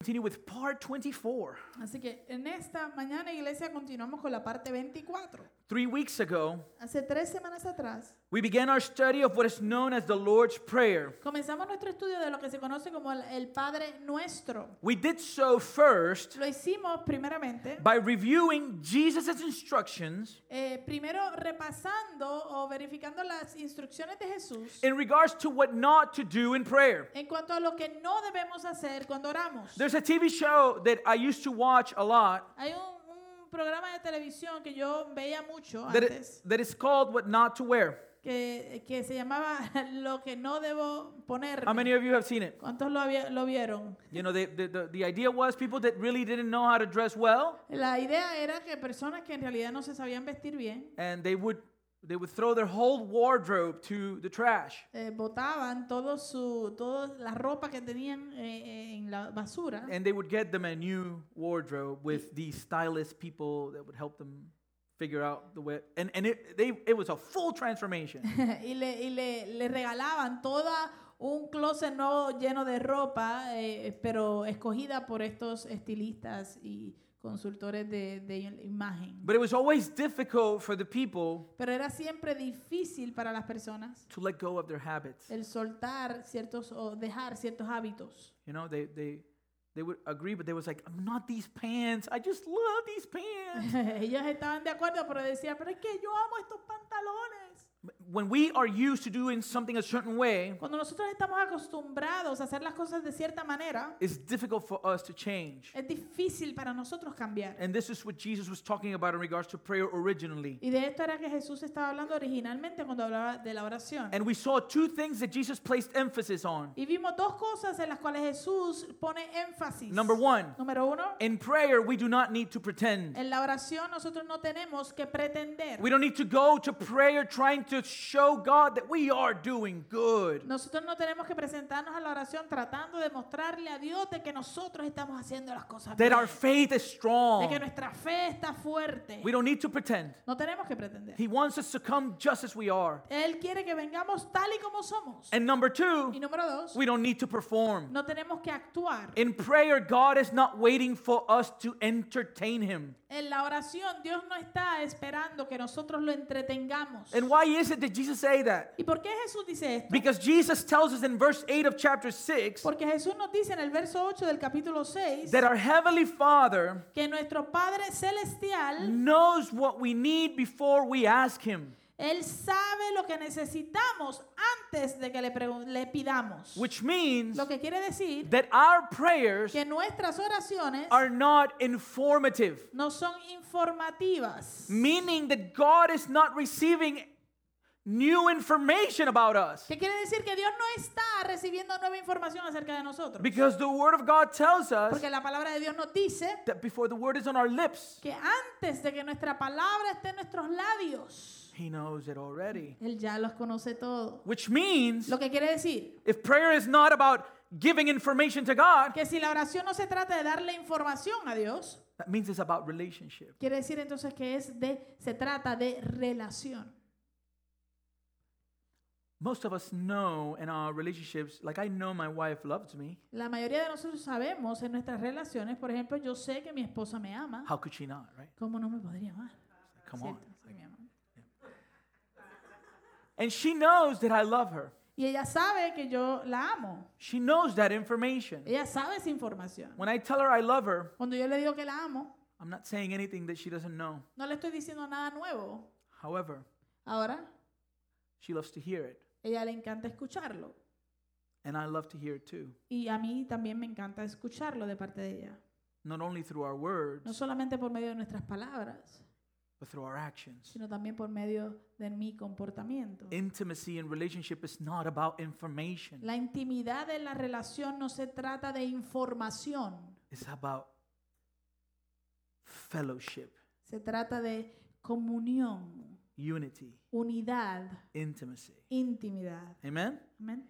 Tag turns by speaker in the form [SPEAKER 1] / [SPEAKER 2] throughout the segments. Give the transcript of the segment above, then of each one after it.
[SPEAKER 1] continue with part 24.
[SPEAKER 2] Así que en esta mañana, iglesia, continuamos con la parte 24.
[SPEAKER 1] Three weeks ago,
[SPEAKER 2] Hace tres semanas atrás,
[SPEAKER 1] we began our study of what is known as the Lord's Prayer.
[SPEAKER 2] comenzamos nuestro estudio de lo que se conoce como el, el Padre Nuestro.
[SPEAKER 1] We did so first
[SPEAKER 2] Lo hicimos primeramente,
[SPEAKER 1] by reviewing Jesus' instructions
[SPEAKER 2] eh, primero repasando o verificando las instrucciones de Jesús
[SPEAKER 1] in regards to what not to do in prayer.
[SPEAKER 2] en cuanto a lo que no debemos hacer cuando oramos.
[SPEAKER 1] There's a TV show that I used to watch a lot
[SPEAKER 2] Hay un, un programa de televisión que yo veía mucho
[SPEAKER 1] that, it,
[SPEAKER 2] antes,
[SPEAKER 1] that is called What Not to Wear.
[SPEAKER 2] que, que se llamaba Lo que no debo poner.
[SPEAKER 1] How many of you have seen it?
[SPEAKER 2] ¿Cuántos lo, había- lo vieron?
[SPEAKER 1] You know, the, the, the, the idea was people that really didn't know how to dress well
[SPEAKER 2] La idea era que personas que en realidad no se sabían vestir bien,
[SPEAKER 1] and they would, they would throw their whole wardrobe to the trash.
[SPEAKER 2] eh, botaban todo su, toda la ropa que tenían eh, eh, en la basura
[SPEAKER 1] and they would get them a new wardrobe with these stylist people that would help them figure out the way and, and it, they, it was a full transformation
[SPEAKER 2] y, le, y le, le regalaban toda un closet nuevo lleno de ropa, eh, pero escogida por estos estilistas y consultores de, de imagen.
[SPEAKER 1] but it was always difficult for the people
[SPEAKER 2] Pero era siempre difícil para las personas
[SPEAKER 1] to let go of their habits
[SPEAKER 2] el soltar ciertos o dejar ciertos hábitos.
[SPEAKER 1] you know they, they, they would agree but they was like i'm not these pants i just love these pants
[SPEAKER 2] Ellos estaban de acuerdo, pero decían, pero es que yo amo estos pantalones.
[SPEAKER 1] But when we are used to doing something a certain way
[SPEAKER 2] Cuando nosotros estamos acostumbrados a hacer las cosas de cierta manera,
[SPEAKER 1] it's difficult for us to change
[SPEAKER 2] es difícil para nosotros cambiar.
[SPEAKER 1] and this is what jesus was talking about in regards to prayer originally
[SPEAKER 2] Y de esto era que Jesús estaba hablando originalmente cuando hablaba de la oración.
[SPEAKER 1] and we saw two things that jesus placed emphasis on
[SPEAKER 2] Y vimos dos cosas en las cuales Jesús pone énfasis.
[SPEAKER 1] number one
[SPEAKER 2] Número uno,
[SPEAKER 1] In prayer, we do not need to pretend.
[SPEAKER 2] en la oración nosotros no tenemos que pretender.
[SPEAKER 1] We don't need to go to prayer trying to show God that we are doing good.
[SPEAKER 2] Nosotros no tenemos que presentarnos a la oración tratando de mostrarle a Dios de que nosotros estamos haciendo las cosas bien,
[SPEAKER 1] That our faith is
[SPEAKER 2] de que
[SPEAKER 1] strong.
[SPEAKER 2] nuestra fe está fuerte.
[SPEAKER 1] We don't need to pretend.
[SPEAKER 2] No tenemos que pretender.
[SPEAKER 1] He wants us to come just as we are.
[SPEAKER 2] Él quiere que vengamos tal y como somos.
[SPEAKER 1] And number
[SPEAKER 2] Y
[SPEAKER 1] two,
[SPEAKER 2] número dos,
[SPEAKER 1] we don't need to perform.
[SPEAKER 2] no tenemos que actuar.
[SPEAKER 1] In prayer, God is not waiting for us to entertain Him.
[SPEAKER 2] En la oración, Dios no está esperando que nosotros lo entretengamos.
[SPEAKER 1] And why is it that Jesus say that?
[SPEAKER 2] ¿Y por qué Jesús dice esto?
[SPEAKER 1] Because Jesus tells us in verse 8 of chapter 6
[SPEAKER 2] Porque Jesús nos dice en el verso 8 del capítulo 6
[SPEAKER 1] that our Heavenly Father
[SPEAKER 2] que nuestro Padre Celestial,
[SPEAKER 1] Mm. knows what we need before we ask Him.
[SPEAKER 2] Él sabe lo que necesitamos antes de que le, pregun- le pidamos.
[SPEAKER 1] Which means
[SPEAKER 2] Lo que quiere decir
[SPEAKER 1] that our prayers
[SPEAKER 2] que nuestras oraciones
[SPEAKER 1] are not informative,
[SPEAKER 2] no son informativas.
[SPEAKER 1] Mm. meaning that God is not receiving new information about us.
[SPEAKER 2] ¿Qué quiere decir? Que Dios no está recibiendo nueva información acerca de nosotros.
[SPEAKER 1] Because the Word of God tells us
[SPEAKER 2] Porque la palabra de Dios nos dice
[SPEAKER 1] that before the Word is on our lips,
[SPEAKER 2] que antes de que nuestra palabra esté en nuestros labios,
[SPEAKER 1] He knows it already.
[SPEAKER 2] Él ya los conoce todo.
[SPEAKER 1] Which means
[SPEAKER 2] Lo que quiere decir
[SPEAKER 1] if prayer is not about giving information to God,
[SPEAKER 2] que si la oración no se trata de darle información a Dios,
[SPEAKER 1] that means it's about relationship.
[SPEAKER 2] quiere decir entonces que es de, se trata de relación.
[SPEAKER 1] Most of us know in our relationships, like I know my wife loves me.
[SPEAKER 2] La mayoría de nosotros sabemos en nuestras relaciones, por ejemplo, yo sé que mi esposa me ama.
[SPEAKER 1] How could she not, right?
[SPEAKER 2] ¿Cómo no me podría amar?
[SPEAKER 1] Come on.
[SPEAKER 2] ¿Cierto? Sí, mi amor.
[SPEAKER 1] And she knows that I love her.
[SPEAKER 2] Y ella sabe que yo la amo.
[SPEAKER 1] She knows that information.
[SPEAKER 2] Ella sabe esa información.
[SPEAKER 1] When I tell her I love her,
[SPEAKER 2] Cuando yo le digo que la amo,
[SPEAKER 1] I'm not saying anything that she doesn't know.
[SPEAKER 2] no le estoy diciendo nada nuevo.
[SPEAKER 1] However,
[SPEAKER 2] Ahora,
[SPEAKER 1] she loves to hear it,
[SPEAKER 2] ella le encanta escucharlo.
[SPEAKER 1] and I love to hear it too.
[SPEAKER 2] Y a mí también me encanta escucharlo de parte de ella.
[SPEAKER 1] Not only through our
[SPEAKER 2] No
[SPEAKER 1] words,
[SPEAKER 2] solamente por medio de nuestras palabras,
[SPEAKER 1] but through our actions.
[SPEAKER 2] sino también por medio de mi comportamiento.
[SPEAKER 1] Intimacy and relationship is not about information,
[SPEAKER 2] La intimidad de la relación no se trata de información,
[SPEAKER 1] it's about fellowship,
[SPEAKER 2] se trata de comunión,
[SPEAKER 1] unity,
[SPEAKER 2] unidad,
[SPEAKER 1] intimacy.
[SPEAKER 2] intimidad.
[SPEAKER 1] Amen?
[SPEAKER 2] Amén.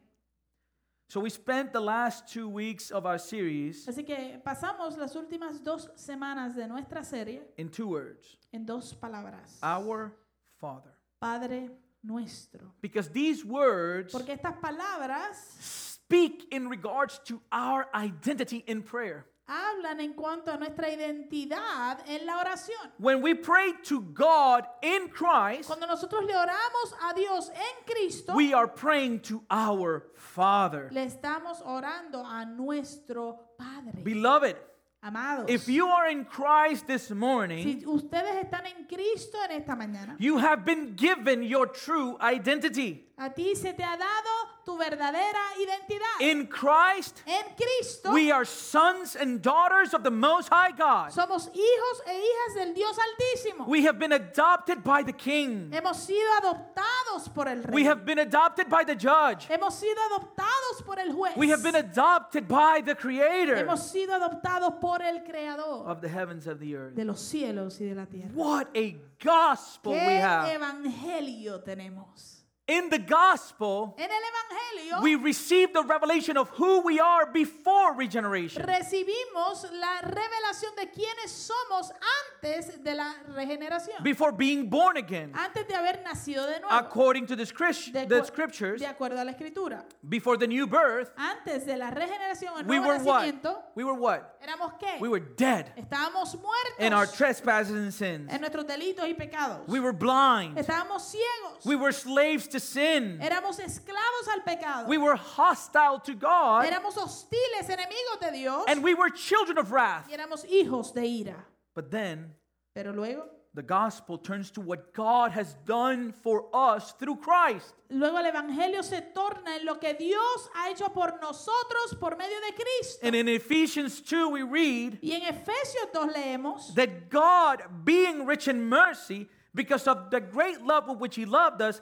[SPEAKER 1] So we spent the last two weeks of our series
[SPEAKER 2] Así que pasamos las últimas dos semanas de nuestra serie
[SPEAKER 1] in two words
[SPEAKER 2] en dos palabras.
[SPEAKER 1] Our Father.
[SPEAKER 2] Padre nuestro.
[SPEAKER 1] Because these words
[SPEAKER 2] Porque estas palabras
[SPEAKER 1] speak in regards to our identity in prayer.
[SPEAKER 2] hablan en cuanto a nuestra identidad en la oración.
[SPEAKER 1] When we pray to God in Christ,
[SPEAKER 2] Cuando nosotros le oramos a Dios en Cristo,
[SPEAKER 1] we are praying to our Father.
[SPEAKER 2] le estamos orando a nuestro Padre.
[SPEAKER 1] Beloved,
[SPEAKER 2] Amados,
[SPEAKER 1] if you are in Christ this morning,
[SPEAKER 2] si ustedes están en Cristo en esta mañana,
[SPEAKER 1] you have been given your true identity.
[SPEAKER 2] a ti se te ha dado tu verdadera identidad.
[SPEAKER 1] In Christ,
[SPEAKER 2] en Cristo
[SPEAKER 1] we are sons and daughters of the Most High God.
[SPEAKER 2] somos hijos e hijas del Dios Altísimo.
[SPEAKER 1] We have been adopted by the King.
[SPEAKER 2] Hemos sido adoptados por el
[SPEAKER 1] We
[SPEAKER 2] Rey.
[SPEAKER 1] have been adopted by the Judge.
[SPEAKER 2] Hemos sido adoptados por el juez.
[SPEAKER 1] We have been adopted by the Creator
[SPEAKER 2] Hemos sido adoptados por el Creador
[SPEAKER 1] of the heavens and the earth.
[SPEAKER 2] de los cielos y de la tierra.
[SPEAKER 1] What a gospel we
[SPEAKER 2] ¿Qué
[SPEAKER 1] have.
[SPEAKER 2] evangelio tenemos?
[SPEAKER 1] In the gospel,
[SPEAKER 2] En el evangelio
[SPEAKER 1] we receive the revelation of who we are before regeneration.
[SPEAKER 2] recibimos la revelación de quiénes somos antes de la regeneración,
[SPEAKER 1] Before being born again,
[SPEAKER 2] antes de haber nacido de nuevo,
[SPEAKER 1] according to the, script-
[SPEAKER 2] de,
[SPEAKER 1] the
[SPEAKER 2] acu-
[SPEAKER 1] scriptures,
[SPEAKER 2] de acuerdo a la escritura.
[SPEAKER 1] before the new birth,
[SPEAKER 2] Antes de la regeneración o
[SPEAKER 1] we
[SPEAKER 2] nuevo
[SPEAKER 1] were
[SPEAKER 2] nacimiento,
[SPEAKER 1] what? We were what?
[SPEAKER 2] éramos qué?
[SPEAKER 1] We were dead
[SPEAKER 2] Estábamos muertos
[SPEAKER 1] in our trespasses and sins.
[SPEAKER 2] en nuestros delitos y pecados.
[SPEAKER 1] We were blind.
[SPEAKER 2] Estábamos ciegos.
[SPEAKER 1] We were slaves to sin.
[SPEAKER 2] Éramos esclavos al pecado.
[SPEAKER 1] We were hostile to God.
[SPEAKER 2] Éramos hostiles, enemigos de Dios.
[SPEAKER 1] And we were children of wrath.
[SPEAKER 2] Y éramos hijos de ira.
[SPEAKER 1] But then
[SPEAKER 2] Pero luego,
[SPEAKER 1] the gospel turns to what God has done for us through Christ.
[SPEAKER 2] luego el evangelio se torna en lo que Dios ha hecho por nosotros por medio de Cristo.
[SPEAKER 1] And in Ephesians 2, we read
[SPEAKER 2] Y en Efesios 2 leemos
[SPEAKER 1] that God, being rich in mercy, because of the great love with which He loved us,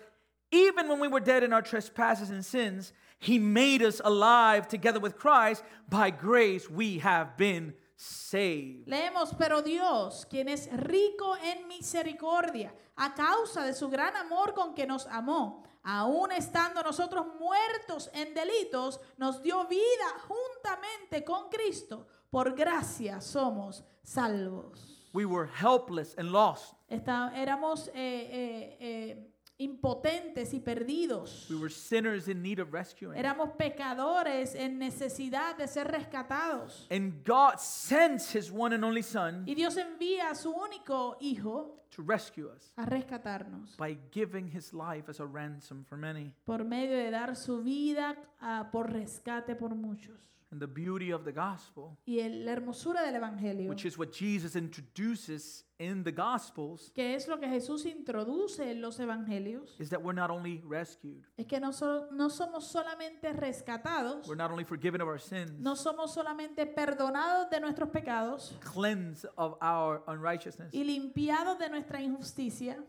[SPEAKER 1] even when we were dead in our trespasses and sins, He made us alive together with Christ. By grace, we have been saved.
[SPEAKER 2] Leemos, pero Dios, quien es rico en misericordia, a causa de su gran amor con que nos amó, aun estando nosotros muertos en delitos, nos dio vida juntamente con Cristo. Por gracia somos salvos.
[SPEAKER 1] We were helpless and lost.
[SPEAKER 2] Está- éramos eh, eh, eh, impotentes y perdidos.
[SPEAKER 1] We were sinners in need of rescuing.
[SPEAKER 2] Éramos pecadores en necesidad de ser rescatados.
[SPEAKER 1] And God sends His one and only Son
[SPEAKER 2] Y Dios envía a su único hijo
[SPEAKER 1] to rescue us
[SPEAKER 2] a rescatarnos.
[SPEAKER 1] by giving His life as a ransom for many.
[SPEAKER 2] por medio de dar su vida ah, por rescate por muchos.
[SPEAKER 1] And the beauty of the gospel,
[SPEAKER 2] Y el- la hermosura del Evangelio,
[SPEAKER 1] which is what Jesus introduces in the Gospels,
[SPEAKER 2] que es lo que Jesús introduce en los Evangelios,
[SPEAKER 1] is that we're not only rescued,
[SPEAKER 2] es que no, so- no somos solamente rescatados,
[SPEAKER 1] we're not only forgiven of our sins,
[SPEAKER 2] no somos solamente perdonados de nuestros pecados
[SPEAKER 1] cleansed of our unrighteousness,
[SPEAKER 2] y limpiados de nuestra injusticia,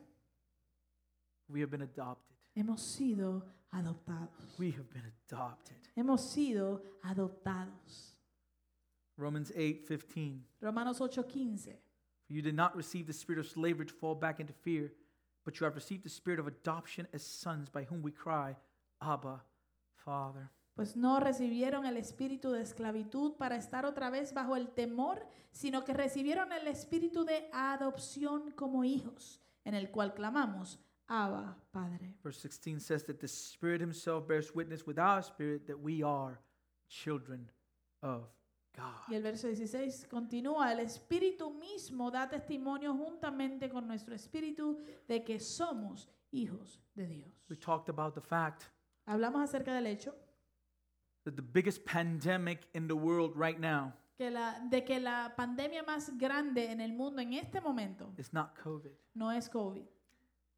[SPEAKER 1] we have been adopted.
[SPEAKER 2] hemos sido adoptados.
[SPEAKER 1] We have been adopted.
[SPEAKER 2] Hemos sido adoptados.
[SPEAKER 1] Romans 8 15.
[SPEAKER 2] Romanos 8:15.
[SPEAKER 1] For you did not receive the spirit of slavery to fall back into fear, but you have received the spirit of adoption as sons, by whom we cry, Abba, Father.
[SPEAKER 2] Pues no recibieron el espíritu de esclavitud para estar otra vez bajo el temor, sino que recibieron el espíritu de adopción como hijos, en el cual clamamos, Abba, Padre.
[SPEAKER 1] Verse 16 says that the Spirit Himself bears witness with our spirit that we are children of
[SPEAKER 2] Y
[SPEAKER 1] God.
[SPEAKER 2] el verso 16 continúa, el espíritu mismo da testimonio juntamente con nuestro espíritu de que somos hijos de Dios.
[SPEAKER 1] We talked about the fact
[SPEAKER 2] Hablamos acerca del hecho
[SPEAKER 1] that the biggest pandemic in the world right now
[SPEAKER 2] que la, de que la pandemia más grande en el mundo en este momento
[SPEAKER 1] is not COVID,
[SPEAKER 2] no es COVID,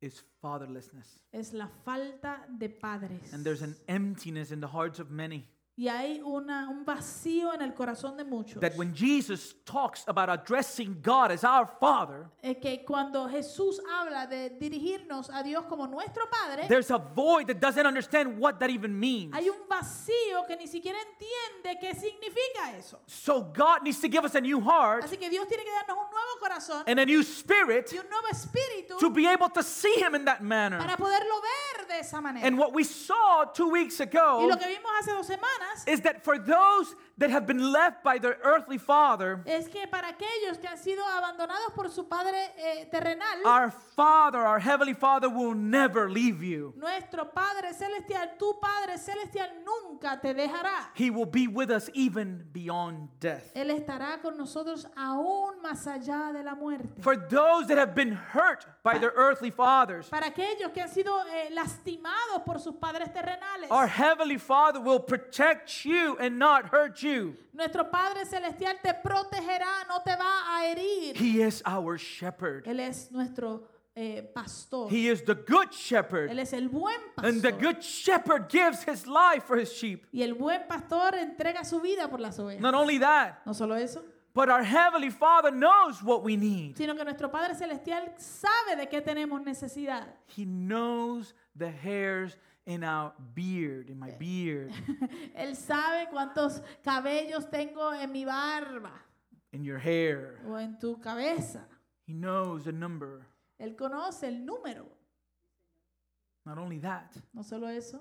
[SPEAKER 1] it's fatherlessness.
[SPEAKER 2] es la falta de padres.
[SPEAKER 1] And there's an emptiness in the hearts of many
[SPEAKER 2] Y hay una, un vacío en el corazón de muchos.
[SPEAKER 1] that when Jesus talks about addressing God as our Father,
[SPEAKER 2] Eh, que cuando Jesús habla de dirigirnos a Dios como nuestro Padre,
[SPEAKER 1] there's a void that doesn't understand what that even means.
[SPEAKER 2] hay un vacío que ni siquiera entiende qué significa eso.
[SPEAKER 1] So God needs to give us a new heart
[SPEAKER 2] Así que Dios tiene que darnos un nuevo corazón
[SPEAKER 1] and a new spirit
[SPEAKER 2] y un nuevo espíritu
[SPEAKER 1] to be able to see Him in that manner.
[SPEAKER 2] para poderlo ver de esa manera.
[SPEAKER 1] And what we saw two weeks
[SPEAKER 2] Y
[SPEAKER 1] ago
[SPEAKER 2] lo que vimos hace dos semanas más
[SPEAKER 1] is that for those that have been left by their earthly father,
[SPEAKER 2] es que para aquellos que han sido abandonados por su padre eh, terrenal,
[SPEAKER 1] our Father, our Heavenly Father, will never leave you.
[SPEAKER 2] nuestro Padre Celestial, tu Padre Celestial nunca te dejará.
[SPEAKER 1] He will be with us even beyond death.
[SPEAKER 2] Él estará con nosotros aún más allá de la muerte.
[SPEAKER 1] For those that have been hurt by their earthly fathers,
[SPEAKER 2] Para aquellos que han sido eh, lastimados por sus padres terrenales,
[SPEAKER 1] our Heavenly Father will protect you and not hurt you.
[SPEAKER 2] nuestro Padre Celestial te protegerá, no te va a herir.
[SPEAKER 1] He is our shepherd.
[SPEAKER 2] Él es nuestro eh, pastor.
[SPEAKER 1] He is the good shepherd.
[SPEAKER 2] Él es el buen
[SPEAKER 1] And the
[SPEAKER 2] pastor.
[SPEAKER 1] good shepherd gives his life for his sheep.
[SPEAKER 2] Y el buen pastor entrega su vida por las ovejas.
[SPEAKER 1] Not only that,
[SPEAKER 2] No solo eso,
[SPEAKER 1] but our Heavenly Father knows what we need.
[SPEAKER 2] sino que nuestro Padre Celestial sabe de qué tenemos necesidad.
[SPEAKER 1] He knows the hairs in our beard, in my beard,
[SPEAKER 2] Él sabe cuántos cabellos tengo en mi barba
[SPEAKER 1] in your hair.
[SPEAKER 2] o en tu cabeza.
[SPEAKER 1] He knows the number.
[SPEAKER 2] Él conoce el número.
[SPEAKER 1] Not only that,
[SPEAKER 2] No solo eso,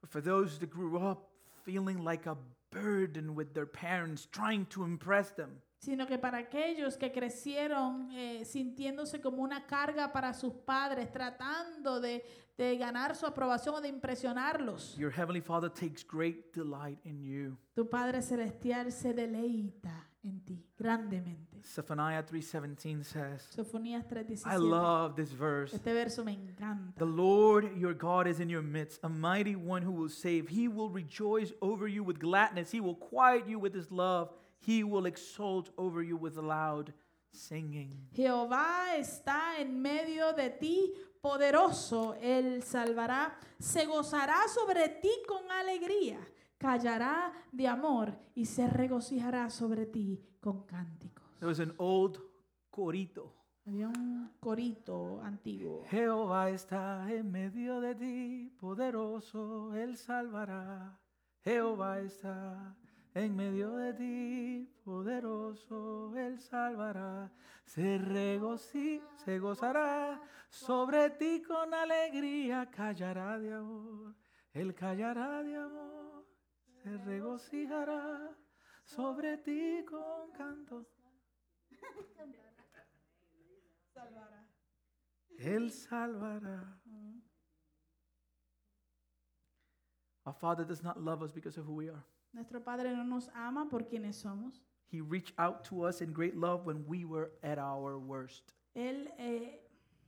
[SPEAKER 1] but for those that grew up feeling like a burden with their parents, trying to impress them,
[SPEAKER 2] sino que para aquellos que crecieron eh, sintiéndose como una carga para sus padres, tratando de, de ganar su aprobación o de impresionarlos.
[SPEAKER 1] your Heavenly Father takes great delight in you.
[SPEAKER 2] Tu Padre Celestial se deleita en ti grandemente.
[SPEAKER 1] Zephaniah 3:17 says,
[SPEAKER 2] Sofonías
[SPEAKER 1] I
[SPEAKER 2] 3:17.
[SPEAKER 1] love this verse.
[SPEAKER 2] Este verso me encanta.
[SPEAKER 1] The Lord your God is in your midst, a mighty one who will save. He will rejoice over you with gladness. He will quiet you with his love. He will exult over you with loud singing.
[SPEAKER 2] Jehová está en medio de ti, poderoso, él salvará, se gozará sobre ti con alegría, callará de amor y se regocijará sobre ti con cánticos.
[SPEAKER 1] There was an old corito.
[SPEAKER 2] Había un corito antiguo.
[SPEAKER 1] Jehová está en medio de ti, poderoso, él salvará. Jehová está en medio de ti, poderoso, él salvará. Se regoci- se gozará sobre ti con alegría, callará de amor, él callará de amor, se regocijará sobre ti con canto. Él salvará. Our Father does not love us because of who we are.
[SPEAKER 2] Nuestro Padre no nos ama por quienes somos.
[SPEAKER 1] He reached out to us in great love when we were at our worst.
[SPEAKER 2] Él eh,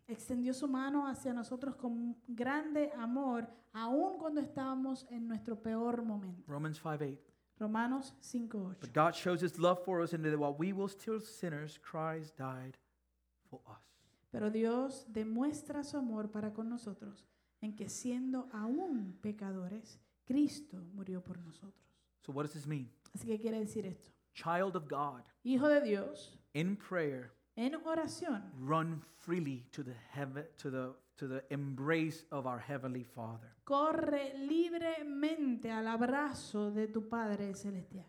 [SPEAKER 2] extendió su mano hacia nosotros con grande amor, aun cuando estábamos en nuestro peor momento.
[SPEAKER 1] Romans 5 8.
[SPEAKER 2] Romanos 5:8.
[SPEAKER 1] But God shows his love for us in that while we were still sinners, Christ died for us.
[SPEAKER 2] Pero Dios demuestra su amor para con nosotros en que siendo aún pecadores, Cristo murió por nosotros.
[SPEAKER 1] So, what does this mean?
[SPEAKER 2] Así que quiere decir esto.
[SPEAKER 1] Child of God,
[SPEAKER 2] Hijo de Dios,
[SPEAKER 1] in prayer,
[SPEAKER 2] en oración,
[SPEAKER 1] run freely to the, heaven, to the, to the embrace of our Heavenly Father.
[SPEAKER 2] corre libremente al abrazo de tu Padre Celestial.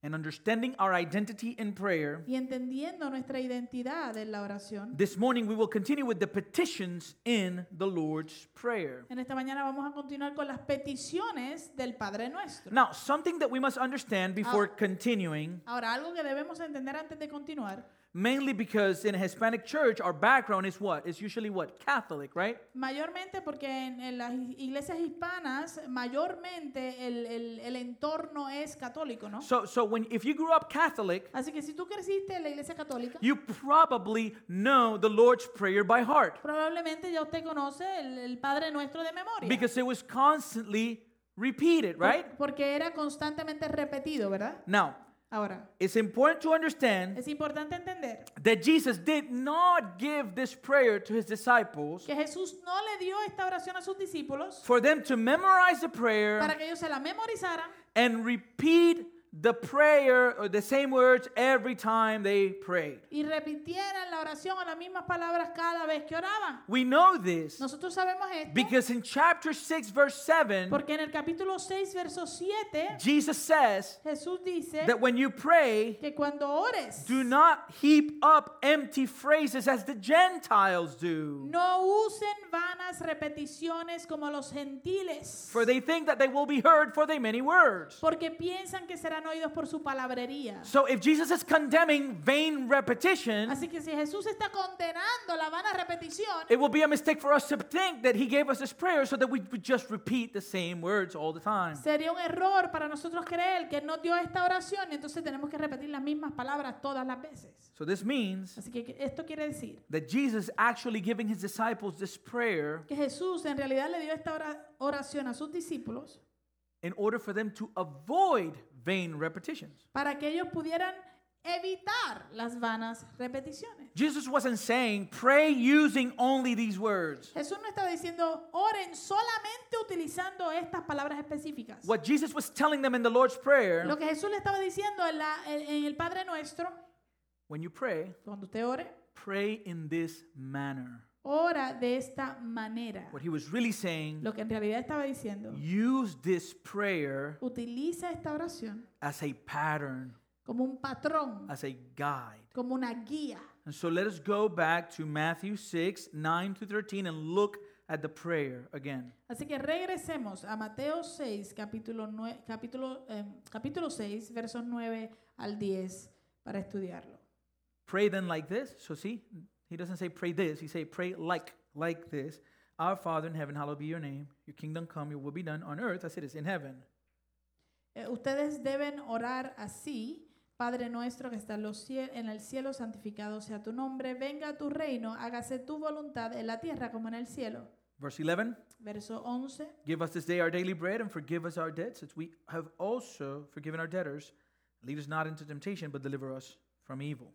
[SPEAKER 1] And understanding our identity in prayer,
[SPEAKER 2] Y entendiendo nuestra identidad en la oración,
[SPEAKER 1] This morning we will continue with the petitions in the Lord's Prayer.
[SPEAKER 2] en esta mañana vamos a continuar con las peticiones del Padre Nuestro.
[SPEAKER 1] Now, something that we must understand before continuing,
[SPEAKER 2] Ahora, algo que debemos entender antes de continuar
[SPEAKER 1] mainly because in a Hispanic church, our background is what? It's usually what? Catholic, right?
[SPEAKER 2] Mayormente porque en, en las i- iglesias hispanas, mayormente el, el- el entorno es católico, ¿no?
[SPEAKER 1] So, so when if you grew up Catholic,
[SPEAKER 2] Así que si tú creciste en la iglesia católica,
[SPEAKER 1] you probably know the Lord's Prayer by heart
[SPEAKER 2] probablemente ya usted conoce el, el Padre Nuestro de memoria.
[SPEAKER 1] because it was constantly repeated, right?
[SPEAKER 2] Por- Porque era constantemente repetido, ¿verdad?
[SPEAKER 1] Now,
[SPEAKER 2] Ahora,
[SPEAKER 1] it's important to understand
[SPEAKER 2] es importante entender
[SPEAKER 1] that Jesus did not give this prayer to his disciples
[SPEAKER 2] que Jesús no le dio esta oración a sus discípulos
[SPEAKER 1] for them to memorize the prayer
[SPEAKER 2] para que ellos se la memorizaran
[SPEAKER 1] and repeat the prayer or the same words every time they prayed.
[SPEAKER 2] y repitieran la oración o las mismas palabras cada vez que oraban.
[SPEAKER 1] We know this
[SPEAKER 2] Nosotros sabemos esto
[SPEAKER 1] because in chapter 6, verse 7,
[SPEAKER 2] porque en el capítulo 6, verso 7,
[SPEAKER 1] Jesus says
[SPEAKER 2] Jesús dice
[SPEAKER 1] that when you pray,
[SPEAKER 2] que cuando ores,
[SPEAKER 1] do not heap up empty phrases as the Gentiles do,
[SPEAKER 2] no usen vanas repeticiones como los gentiles,
[SPEAKER 1] for they think that they will be heard for their many words.
[SPEAKER 2] porque piensan que serán oídos por su palabrería.
[SPEAKER 1] So if Jesus is condemning vain repetition,
[SPEAKER 2] Así que si Jesús está condenando la vana repetición,
[SPEAKER 1] it will be a mistake for us to think that he gave us this prayer so that we would just repeat the same words all the time.
[SPEAKER 2] sería un error para nosotros creer que Él nos dio esta oración y entonces tenemos que repetir las mismas palabras todas las veces.
[SPEAKER 1] So this means
[SPEAKER 2] Así que esto quiere decir
[SPEAKER 1] that Jesus actually giving his disciples this prayer
[SPEAKER 2] que Jesús en realidad le dio esta ora- oración a sus discípulos
[SPEAKER 1] in order for them to avoid vain repetitions.
[SPEAKER 2] para que ellos pudieran evitar las vanas repeticiones.
[SPEAKER 1] Jesus wasn't saying pray using only these words.
[SPEAKER 2] Jesús no estaba diciendo oren solamente utilizando estas palabras específicas.
[SPEAKER 1] What Jesus was telling them in the Lord's
[SPEAKER 2] Lo
[SPEAKER 1] prayer,
[SPEAKER 2] que Jesús le estaba diciendo en, la- en- en el Padre Nuestro,
[SPEAKER 1] when you pray,
[SPEAKER 2] cuando usted ore,
[SPEAKER 1] pray in this manner.
[SPEAKER 2] ora de esta manera.
[SPEAKER 1] What he was really saying,
[SPEAKER 2] Lo que en realidad estaba diciendo,
[SPEAKER 1] use this prayer
[SPEAKER 2] utiliza esta oración
[SPEAKER 1] as a pattern,
[SPEAKER 2] como un patrón,
[SPEAKER 1] as a guide.
[SPEAKER 2] como una guía.
[SPEAKER 1] And so let us go back to Matthew 6, 9 to 13, and look at the prayer again.
[SPEAKER 2] Así que regresemos a Mateo 6, capítulo, nue- capítulo, em, capítulo 6, versos 9 al 10, para estudiarlo.
[SPEAKER 1] Pray then like this. So see, he doesn't say pray this. He say pray like like this. Our Father in heaven, hallowed be your name. Your kingdom come, your will be done on earth as it is in heaven.
[SPEAKER 2] Eh, ustedes deben orar así. Padre nuestro que está en, los cie- en el cielo, santificado sea tu nombre, venga tu reino, hágase tu voluntad en la tierra como en el cielo.
[SPEAKER 1] Verse 11.
[SPEAKER 2] Verso 11.
[SPEAKER 1] Give us this day our daily bread and forgive us our debts as we have also forgiven our debtors. Lead us not into temptation, but deliver us from evil.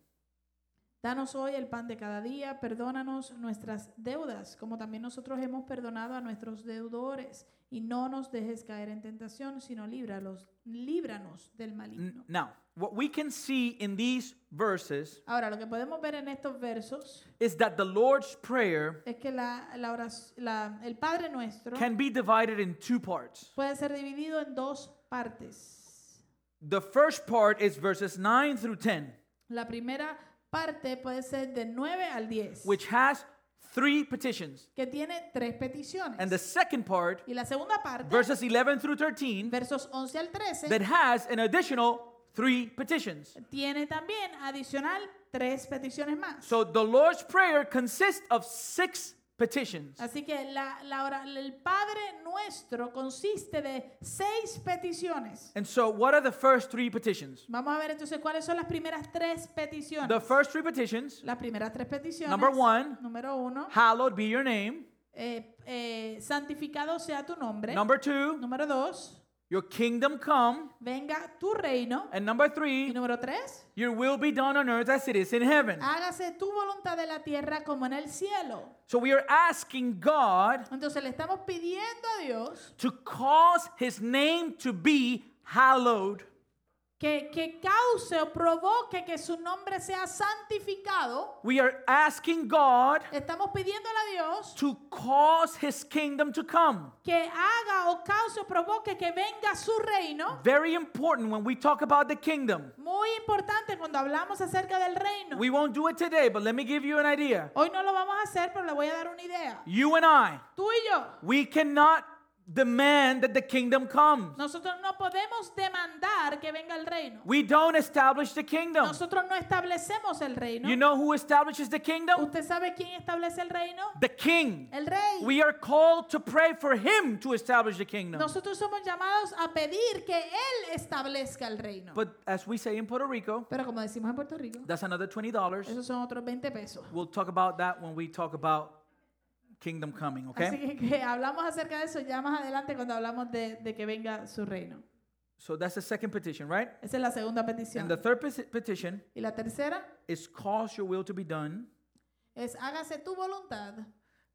[SPEAKER 2] Danos hoy el pan de cada día, perdónanos nuestras deudas, como también nosotros hemos perdonado a nuestros deudores, y no nos dejes caer en tentación, sino líbralos, líbranos del
[SPEAKER 1] N-
[SPEAKER 2] maligno.
[SPEAKER 1] Now, what we can see in these verses
[SPEAKER 2] Ahora, lo que podemos ver en estos versos
[SPEAKER 1] is that the Lord's Prayer
[SPEAKER 2] es que la, la orac- la- el Padre Nuestro
[SPEAKER 1] can be divided in two parts.
[SPEAKER 2] puede ser dividido en dos partes.
[SPEAKER 1] The first part is verses 9 through 10,
[SPEAKER 2] La primera parte puede ser de 9 al 10,
[SPEAKER 1] which has three petitions.
[SPEAKER 2] que tiene tres
[SPEAKER 1] And the
[SPEAKER 2] peticiones.
[SPEAKER 1] second part,
[SPEAKER 2] Y la segunda parte,
[SPEAKER 1] verses 11 through 13,
[SPEAKER 2] versos 11 al 13,
[SPEAKER 1] that has an additional three petitions.
[SPEAKER 2] tiene también adicional tres peticiones más.
[SPEAKER 1] So the Lord's Prayer consists of six petitions.
[SPEAKER 2] Así que la, la ora- el Padre nuestro consiste de seis peticiones.
[SPEAKER 1] And so, what are the first three petitions?
[SPEAKER 2] Vamos a ver entonces cuáles son las primeras tres peticiones.
[SPEAKER 1] The first three petitions
[SPEAKER 2] las primeras tres peticiones.
[SPEAKER 1] Number one.
[SPEAKER 2] número uno,
[SPEAKER 1] Hallowed be your name.
[SPEAKER 2] eh, eh, santificado sea tu nombre.
[SPEAKER 1] Number two,
[SPEAKER 2] número dos,
[SPEAKER 1] your kingdom come.
[SPEAKER 2] venga tu reino.
[SPEAKER 1] And number
[SPEAKER 2] Y
[SPEAKER 1] three,
[SPEAKER 2] número tres,
[SPEAKER 1] your will be done on earth as it is in heaven.
[SPEAKER 2] hágase tu voluntad en la tierra como en el cielo.
[SPEAKER 1] So, we are asking God
[SPEAKER 2] Entonces le estamos pidiendo a Dios
[SPEAKER 1] to cause his name to be hallowed
[SPEAKER 2] que, que cause o provoque que su nombre sea santificado.
[SPEAKER 1] we are asking god
[SPEAKER 2] Estamos pidiéndole a Dios
[SPEAKER 1] to cause his kingdom to come
[SPEAKER 2] que haga o cause o provoque que venga su reino.
[SPEAKER 1] very important when we talk about the kingdom
[SPEAKER 2] Muy importante cuando hablamos acerca del reino.
[SPEAKER 1] we won't do it today but let me give you an idea
[SPEAKER 2] Hoy no lo vamos a hacer, pero le voy a dar una idea.
[SPEAKER 1] you and i
[SPEAKER 2] Tú y yo,
[SPEAKER 1] we cannot demand that the kingdom comes
[SPEAKER 2] nosotros no podemos demandar que venga el reino.
[SPEAKER 1] we don't establish the kingdom
[SPEAKER 2] Nosotros no establecemos el
[SPEAKER 1] you
[SPEAKER 2] reino.
[SPEAKER 1] know who establishes the kingdom
[SPEAKER 2] ¿Usted sabe quién establece el reino?
[SPEAKER 1] the king
[SPEAKER 2] El rey.
[SPEAKER 1] we are called to pray for him to establish the kingdom
[SPEAKER 2] Nosotros somos llamados a pedir que él establezca el reino.
[SPEAKER 1] but as we say in puerto rico
[SPEAKER 2] Pero como decimos en Puerto Rico,
[SPEAKER 1] that's another $20
[SPEAKER 2] esos son otros 20 pesos.
[SPEAKER 1] We'll talk about that when we talk about kingdom coming,
[SPEAKER 2] Así
[SPEAKER 1] okay?
[SPEAKER 2] que, que hablamos acerca de eso ya más adelante cuando hablamos de, de que venga su reino.
[SPEAKER 1] So that's the second petition, right?
[SPEAKER 2] Esa es la segunda
[SPEAKER 1] And
[SPEAKER 2] petición.
[SPEAKER 1] the third peti- petition
[SPEAKER 2] Y la tercera
[SPEAKER 1] is cause your will to be done.
[SPEAKER 2] es hágase tu voluntad.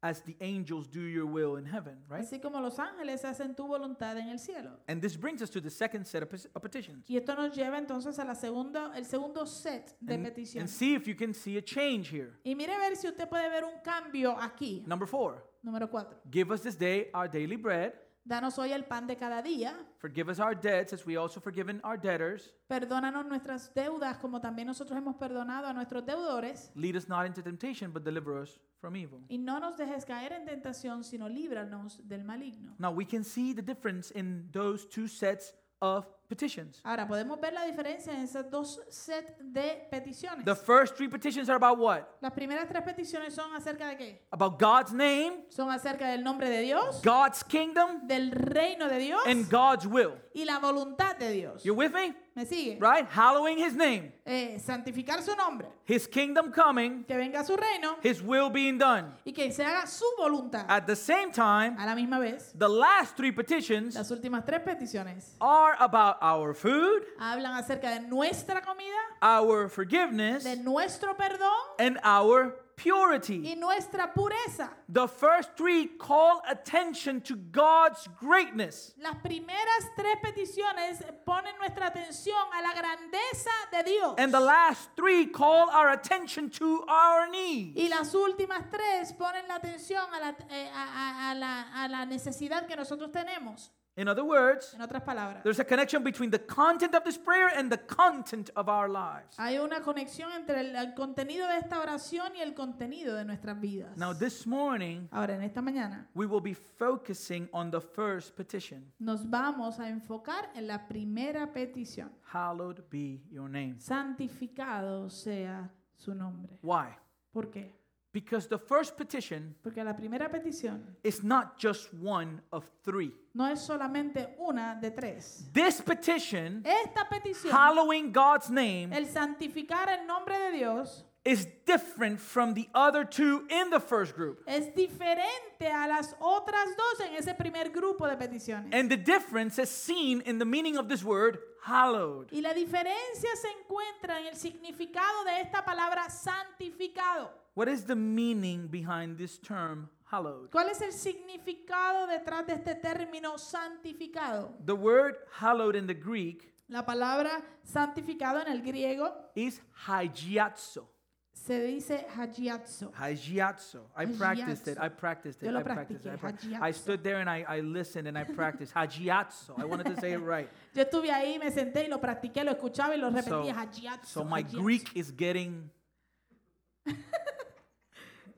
[SPEAKER 1] as the angels do your will in heaven, right?
[SPEAKER 2] Así como los ángeles hacen tu voluntad en el cielo.
[SPEAKER 1] And this brings us to the second set of, pet- of petitions.
[SPEAKER 2] Y esto nos lleva entonces a la segunda, el segundo set de
[SPEAKER 1] And, and
[SPEAKER 2] peticiones.
[SPEAKER 1] see if you can see a change here.
[SPEAKER 2] Y mire a ver si usted puede ver un cambio aquí.
[SPEAKER 1] Number four,
[SPEAKER 2] Número cuatro.
[SPEAKER 1] give us this day our daily bread.
[SPEAKER 2] Danos hoy el pan de cada día.
[SPEAKER 1] Forgive us our debts as we also forgiven our debtors.
[SPEAKER 2] Perdónanos nuestras deudas como también nosotros hemos perdonado a nuestros deudores.
[SPEAKER 1] Lead us not into temptation, but deliver us from evil.
[SPEAKER 2] Y no nos dejes caer en tentación, sino líbranos del maligno.
[SPEAKER 1] Now we can see the difference in those two sets of petitions.
[SPEAKER 2] Ahora podemos ver la diferencia en esos dos sets de peticiones.
[SPEAKER 1] The first three petitions are about what?
[SPEAKER 2] Las primeras tres peticiones son acerca de qué?
[SPEAKER 1] About God's name,
[SPEAKER 2] Son acerca del nombre de Dios,
[SPEAKER 1] God's kingdom,
[SPEAKER 2] del reino de Dios
[SPEAKER 1] and God's will.
[SPEAKER 2] y la voluntad de Dios.
[SPEAKER 1] You're with me?
[SPEAKER 2] ¿Me sigue?
[SPEAKER 1] Right? Hallowing his name,
[SPEAKER 2] Eh, santificar su nombre,
[SPEAKER 1] his kingdom coming,
[SPEAKER 2] que venga su reino
[SPEAKER 1] his will being done.
[SPEAKER 2] y que se haga su voluntad.
[SPEAKER 1] At the same time,
[SPEAKER 2] A la misma vez,
[SPEAKER 1] the last three petitions
[SPEAKER 2] las últimas tres peticiones
[SPEAKER 1] are about our food,
[SPEAKER 2] hablan acerca de nuestra comida,
[SPEAKER 1] our forgiveness,
[SPEAKER 2] de nuestro perdón
[SPEAKER 1] and our purity.
[SPEAKER 2] y nuestra pureza.
[SPEAKER 1] The first three call attention to God's greatness.
[SPEAKER 2] Las primeras tres peticiones ponen nuestra atención a la grandeza de Dios.
[SPEAKER 1] And the last three call our attention to our need.
[SPEAKER 2] Y las últimas tres ponen la atención a la, eh, a- a- a la- a la necesidad que nosotros tenemos.
[SPEAKER 1] In other words,
[SPEAKER 2] En otras palabras,
[SPEAKER 1] there's a connection between the content of this prayer and the content of our lives.
[SPEAKER 2] hay una conexión entre el, el contenido de esta oración y el contenido de nuestras vidas.
[SPEAKER 1] Now, this morning,
[SPEAKER 2] Ahora, en esta mañana,
[SPEAKER 1] we will be focusing on the first petition
[SPEAKER 2] nos vamos a enfocar en la primera petición.
[SPEAKER 1] Hallowed be your name.
[SPEAKER 2] Santificado sea su nombre.
[SPEAKER 1] Why?
[SPEAKER 2] ¿Por qué?
[SPEAKER 1] Because the first petition
[SPEAKER 2] Porque la primera petición
[SPEAKER 1] is not just one of three.
[SPEAKER 2] no es solamente una de tres.
[SPEAKER 1] This petition,
[SPEAKER 2] Esta petición,
[SPEAKER 1] hallowing God's name,
[SPEAKER 2] el santificar el nombre de Dios,
[SPEAKER 1] is different from the other two in the first group.
[SPEAKER 2] es diferente a las otras dos en ese primer grupo de peticiones.
[SPEAKER 1] And the difference is seen in the meaning of this word, hallowed.
[SPEAKER 2] Y la diferencia se encuentra en el significado de esta palabra santificado.
[SPEAKER 1] What is the meaning behind this term, hallowed?
[SPEAKER 2] ¿Cuál es el significado detrás de este término santificado?
[SPEAKER 1] The word hallowed in the Greek
[SPEAKER 2] La palabra santificado en el griego
[SPEAKER 1] is hygiatso.
[SPEAKER 2] se dice hagiazo.
[SPEAKER 1] Hagiatso. I practiced it. I practiced
[SPEAKER 2] Yo
[SPEAKER 1] it.
[SPEAKER 2] lo
[SPEAKER 1] I practiced it. I,
[SPEAKER 2] practiqué,
[SPEAKER 1] practiced. I
[SPEAKER 2] hagiatso.
[SPEAKER 1] stood there and I, I listened and I practiced. Hagiatso. I wanted to say it right.
[SPEAKER 2] Yo estuve ahí, me senté y lo practiqué, lo escuchaba y lo repetía.
[SPEAKER 1] So-
[SPEAKER 2] hagiazo,
[SPEAKER 1] So my
[SPEAKER 2] hagiazo.
[SPEAKER 1] Greek is getting.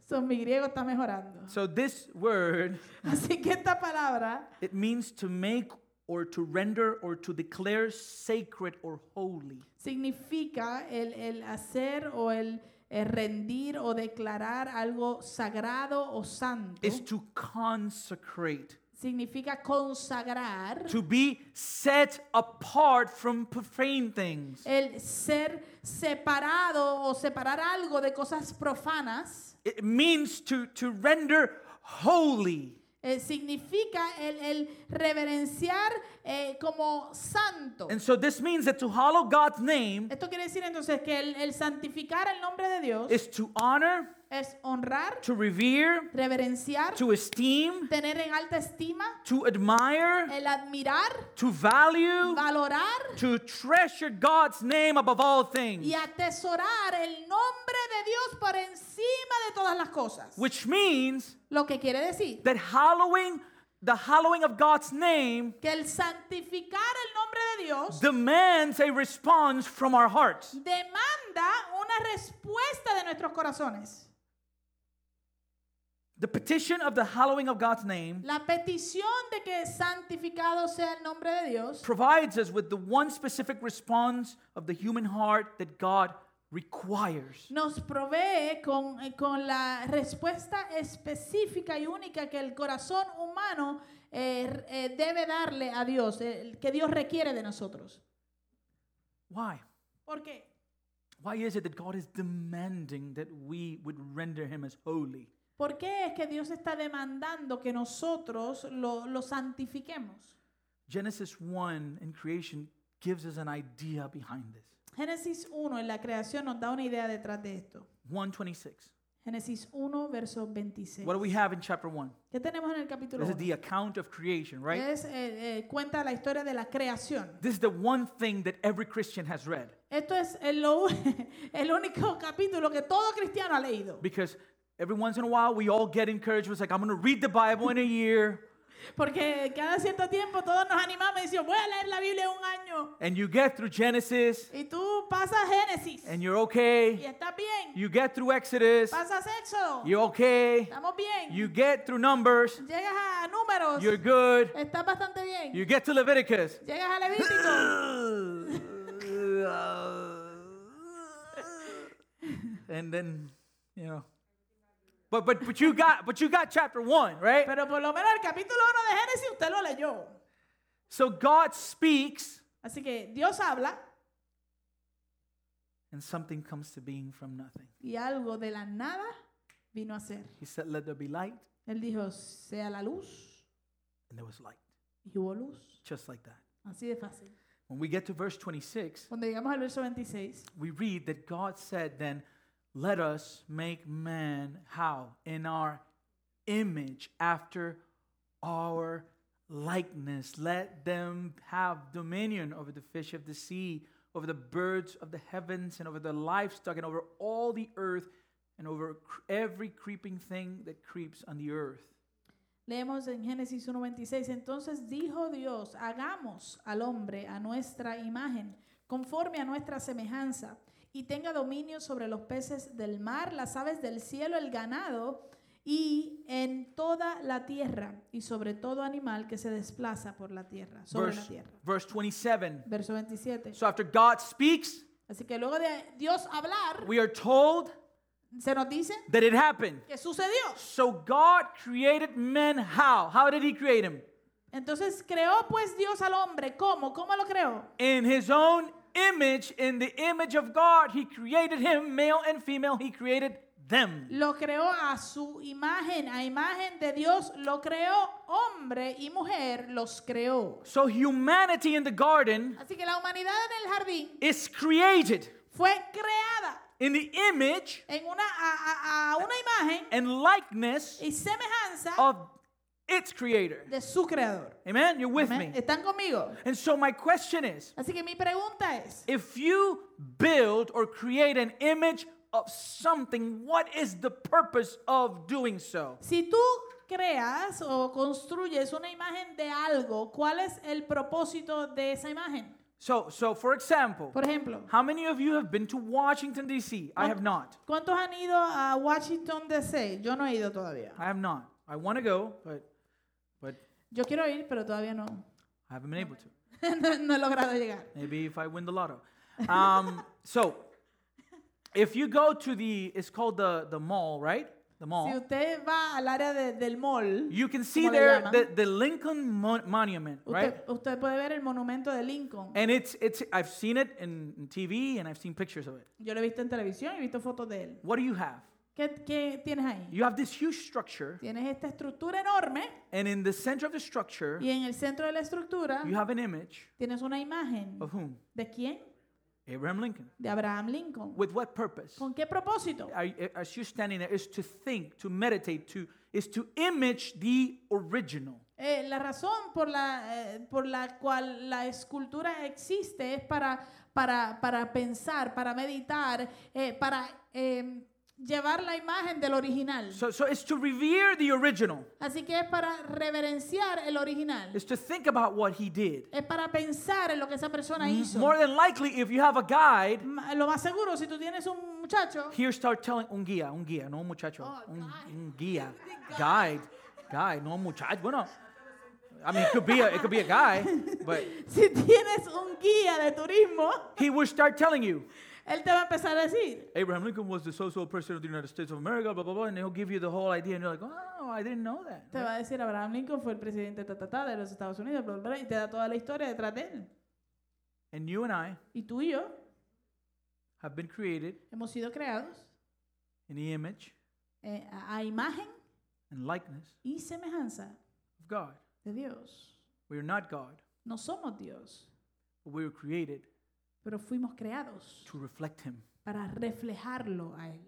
[SPEAKER 2] So, mi griego está mejorando.
[SPEAKER 1] So this word,
[SPEAKER 2] Así que esta palabra
[SPEAKER 1] it means to make or to render or to declare sacred or holy.
[SPEAKER 2] significa el, el hacer o el, eh, rendir o declarar algo sagrado o santo.
[SPEAKER 1] Is to consecrate,
[SPEAKER 2] significa consagrar,
[SPEAKER 1] to be set apart from profane things.
[SPEAKER 2] el ser separado o separar algo de cosas profanas.
[SPEAKER 1] It means to to render holy.
[SPEAKER 2] eh, significa el, el reverenciar eh, como santo.
[SPEAKER 1] And so this means that to hallow God's name
[SPEAKER 2] Esto quiere decir entonces que el, el santificar el nombre de Dios
[SPEAKER 1] is to honor,
[SPEAKER 2] es honrar,
[SPEAKER 1] to revere,
[SPEAKER 2] reverenciar,
[SPEAKER 1] to esteem,
[SPEAKER 2] tener en alta estima,
[SPEAKER 1] to admire,
[SPEAKER 2] el admirar,
[SPEAKER 1] to value,
[SPEAKER 2] valorar
[SPEAKER 1] to treasure God's name above all
[SPEAKER 2] y
[SPEAKER 1] things.
[SPEAKER 2] atesorar el nombre de Dios por encima de todas las cosas.
[SPEAKER 1] Which means
[SPEAKER 2] Lo que quiere decir
[SPEAKER 1] that hallowing, the hallowing of God's name
[SPEAKER 2] que el santificar el nombre de Dios
[SPEAKER 1] demands a response from our hearts.
[SPEAKER 2] demanda una respuesta de nuestros corazones.
[SPEAKER 1] The petition of the hallowing of God's name
[SPEAKER 2] La petición de que santificado sea el nombre de Dios
[SPEAKER 1] provides us with the one specific response of the human heart that God requires.
[SPEAKER 2] nos provee con, eh, con la respuesta específica y única que el corazón humano eh, eh, debe darle a Dios, eh, que Dios requiere de nosotros.
[SPEAKER 1] Why?
[SPEAKER 2] ¿Por qué?
[SPEAKER 1] Why is it that God is demanding that we would render him as holy?
[SPEAKER 2] ¿Por qué es que Dios está demandando que nosotros lo, lo santifiquemos?
[SPEAKER 1] Genesis 1 in creation gives us an idea behind this.
[SPEAKER 2] Génesis 1 en la creación nos da una idea detrás de esto.
[SPEAKER 1] 126.
[SPEAKER 2] Génesis 1, verso 26.
[SPEAKER 1] What do we have in chapter 1?
[SPEAKER 2] ¿Qué tenemos en el capítulo
[SPEAKER 1] This is
[SPEAKER 2] 1?
[SPEAKER 1] the account of creation, right?
[SPEAKER 2] Es, eh, eh, cuenta la historia de la creación.
[SPEAKER 1] This is the one thing that every Christian has read
[SPEAKER 2] Esto es el, lo- el único capítulo que todo cristiano ha leído.
[SPEAKER 1] because every once in a while we all get encouraged. It's like, I'm going to read the Bible in a year.
[SPEAKER 2] Porque cada cierto tiempo todos nos animamos y decimos, voy a leer la Biblia un año.
[SPEAKER 1] And you get through Genesis
[SPEAKER 2] Y tú pasas Génesis
[SPEAKER 1] and you're
[SPEAKER 2] y
[SPEAKER 1] okay.
[SPEAKER 2] estás bien.
[SPEAKER 1] You get through Exodus,
[SPEAKER 2] Pasas Éxodo,
[SPEAKER 1] you're okay.
[SPEAKER 2] estamos bien.
[SPEAKER 1] You get through Numbers,
[SPEAKER 2] Llegas a números,
[SPEAKER 1] you're good.
[SPEAKER 2] estás bastante bien.
[SPEAKER 1] You get to Leviticus.
[SPEAKER 2] Llegas a Levítico
[SPEAKER 1] and then, you know. But but but you got but you got chapter 1, right?
[SPEAKER 2] Pero por lo menos el capítulo 1 de Génesis usted lo leyó.
[SPEAKER 1] So God speaks
[SPEAKER 2] Así que Dios habla
[SPEAKER 1] and something comes to being from nothing.
[SPEAKER 2] y algo de la nada vino a ser.
[SPEAKER 1] He said, "Let there be light,"
[SPEAKER 2] Él dijo, sea la luz
[SPEAKER 1] and there was light.
[SPEAKER 2] y hubo luz.
[SPEAKER 1] Just like that.
[SPEAKER 2] Así de fácil.
[SPEAKER 1] When we get to verse 26,
[SPEAKER 2] Cuando llegamos al verso 26,
[SPEAKER 1] we read that God said, "Then let us make man how in our image after our likeness. Let them have dominion over the fish of the sea, over the birds of the heavens, and over the livestock, and over all the earth, and over cr- every creeping thing that creeps on the earth."
[SPEAKER 2] Leemos en Génesis 1.26, entonces dijo Dios, hagamos al hombre a nuestra imagen, conforme a nuestra semejanza, y tenga dominio sobre los peces del mar, las aves del cielo, el ganado, y en toda la tierra, y sobre todo animal que se desplaza por la tierra, sobre la
[SPEAKER 1] Verse,
[SPEAKER 2] tierra.
[SPEAKER 1] verse 27.
[SPEAKER 2] Verso 27.
[SPEAKER 1] So after God speaks,
[SPEAKER 2] Así que luego de Dios hablar,
[SPEAKER 1] we are told
[SPEAKER 2] se nos dice
[SPEAKER 1] that it happened.
[SPEAKER 2] que sucedió.
[SPEAKER 1] So God created men how? How did he create him?
[SPEAKER 2] Entonces creó pues Dios al hombre. ¿Cómo? ¿Cómo lo creó?
[SPEAKER 1] In his own image, in the image of God, he created him, male and female, he created them.
[SPEAKER 2] Lo creó a su imagen, a imagen de Dios. Lo creó hombre y mujer, los creó.
[SPEAKER 1] So humanity in the garden
[SPEAKER 2] Así que la humanidad en el jardín
[SPEAKER 1] is created
[SPEAKER 2] fue creada
[SPEAKER 1] in the image
[SPEAKER 2] en una, a, a- a una imagen
[SPEAKER 1] and likeness
[SPEAKER 2] y semejanza
[SPEAKER 1] of its creator.
[SPEAKER 2] de su creador.
[SPEAKER 1] Amen? You're with
[SPEAKER 2] Amén.
[SPEAKER 1] me.
[SPEAKER 2] ¿Están conmigo?
[SPEAKER 1] And so my question is
[SPEAKER 2] Así que mi pregunta es,
[SPEAKER 1] if you build or create an image of something, what is the purpose of doing so?
[SPEAKER 2] si tú creas o construyes una imagen de algo, ¿cuál es el propósito de esa imagen?
[SPEAKER 1] So, so for example,
[SPEAKER 2] Por ejemplo,
[SPEAKER 1] how many of you have been to Washington D.C.? I have not.
[SPEAKER 2] ¿cuántos han ido a Washington DC? Yo no he ido todavía.
[SPEAKER 1] I have not. I want to go, but but
[SPEAKER 2] Yo quiero ir, pero todavía no, no,
[SPEAKER 1] I haven't been able to.
[SPEAKER 2] no he logrado llegar.
[SPEAKER 1] Maybe if I win the lotto. Um, so, if you go to the, it's called the the mall, right? The
[SPEAKER 2] Si
[SPEAKER 1] mall.
[SPEAKER 2] usted va al área de- del mall,
[SPEAKER 1] You can see
[SPEAKER 2] como le
[SPEAKER 1] there
[SPEAKER 2] llaman,
[SPEAKER 1] the, the Lincoln Mon- Monument, right?
[SPEAKER 2] usted, usted puede ver el monumento de Lincoln.
[SPEAKER 1] And it's it's I've seen it in, in TV and I've seen pictures of it.
[SPEAKER 2] Yo lo he visto en televisión y he visto fotos de él.
[SPEAKER 1] What do you have?
[SPEAKER 2] ¿Qué, qué tienes ahí?
[SPEAKER 1] You have this huge structure,
[SPEAKER 2] Tienes esta estructura enorme
[SPEAKER 1] and in the center of the structure,
[SPEAKER 2] y en el centro de la estructura
[SPEAKER 1] you have an image
[SPEAKER 2] tienes una imagen.
[SPEAKER 1] of whom?
[SPEAKER 2] ¿De quién?
[SPEAKER 1] Abraham Lincoln.
[SPEAKER 2] De Abraham Lincoln.
[SPEAKER 1] With what purpose?
[SPEAKER 2] ¿Con qué propósito?
[SPEAKER 1] Are, as you're standing there, is to think, to meditate, to is to image the original.
[SPEAKER 2] Eh, la razón por la, eh, por la cual la escultura existe es para, para, para pensar, para meditar, eh, para eh, llevar la imagen del original.
[SPEAKER 1] So, so it's to revere the original.
[SPEAKER 2] Así que es para reverenciar el original.
[SPEAKER 1] It's to think about what he did.
[SPEAKER 2] Es para pensar en lo que esa persona hizo.
[SPEAKER 1] More than likely, if you have a guide,
[SPEAKER 2] Ma- Lo más seguro, si tú tienes un muchacho,
[SPEAKER 1] here start telling un guía, un guía, no muchacho,
[SPEAKER 2] Oh,
[SPEAKER 1] un,
[SPEAKER 2] guide.
[SPEAKER 1] un guía, guide, guide, no muchacho. Bueno, I mean, it could be a, it could be a guy, but
[SPEAKER 2] si tienes un guía de turismo,
[SPEAKER 1] he will start telling you.
[SPEAKER 2] él te va a empezar a decir,
[SPEAKER 1] Abraham Lincoln was the social president of the United States of America, blah blah blah, and he'll give you the whole idea, and you're like, oh, I didn't know that.
[SPEAKER 2] Te va a decir Abraham Lincoln fue el presidente ta, ta, ta, de los Estados Unidos, bla, bla, bla, y te da toda la historia detrás de él.
[SPEAKER 1] And you and I
[SPEAKER 2] Y tú y yo
[SPEAKER 1] have been created
[SPEAKER 2] hemos sido creados
[SPEAKER 1] in the image
[SPEAKER 2] eh, a, a imagen
[SPEAKER 1] and likeness
[SPEAKER 2] y semejanza
[SPEAKER 1] of God.
[SPEAKER 2] de Dios.
[SPEAKER 1] We are not God,
[SPEAKER 2] No somos Dios,
[SPEAKER 1] but we were created
[SPEAKER 2] pero fuimos creados
[SPEAKER 1] to reflect Him.
[SPEAKER 2] para reflejarlo a Él.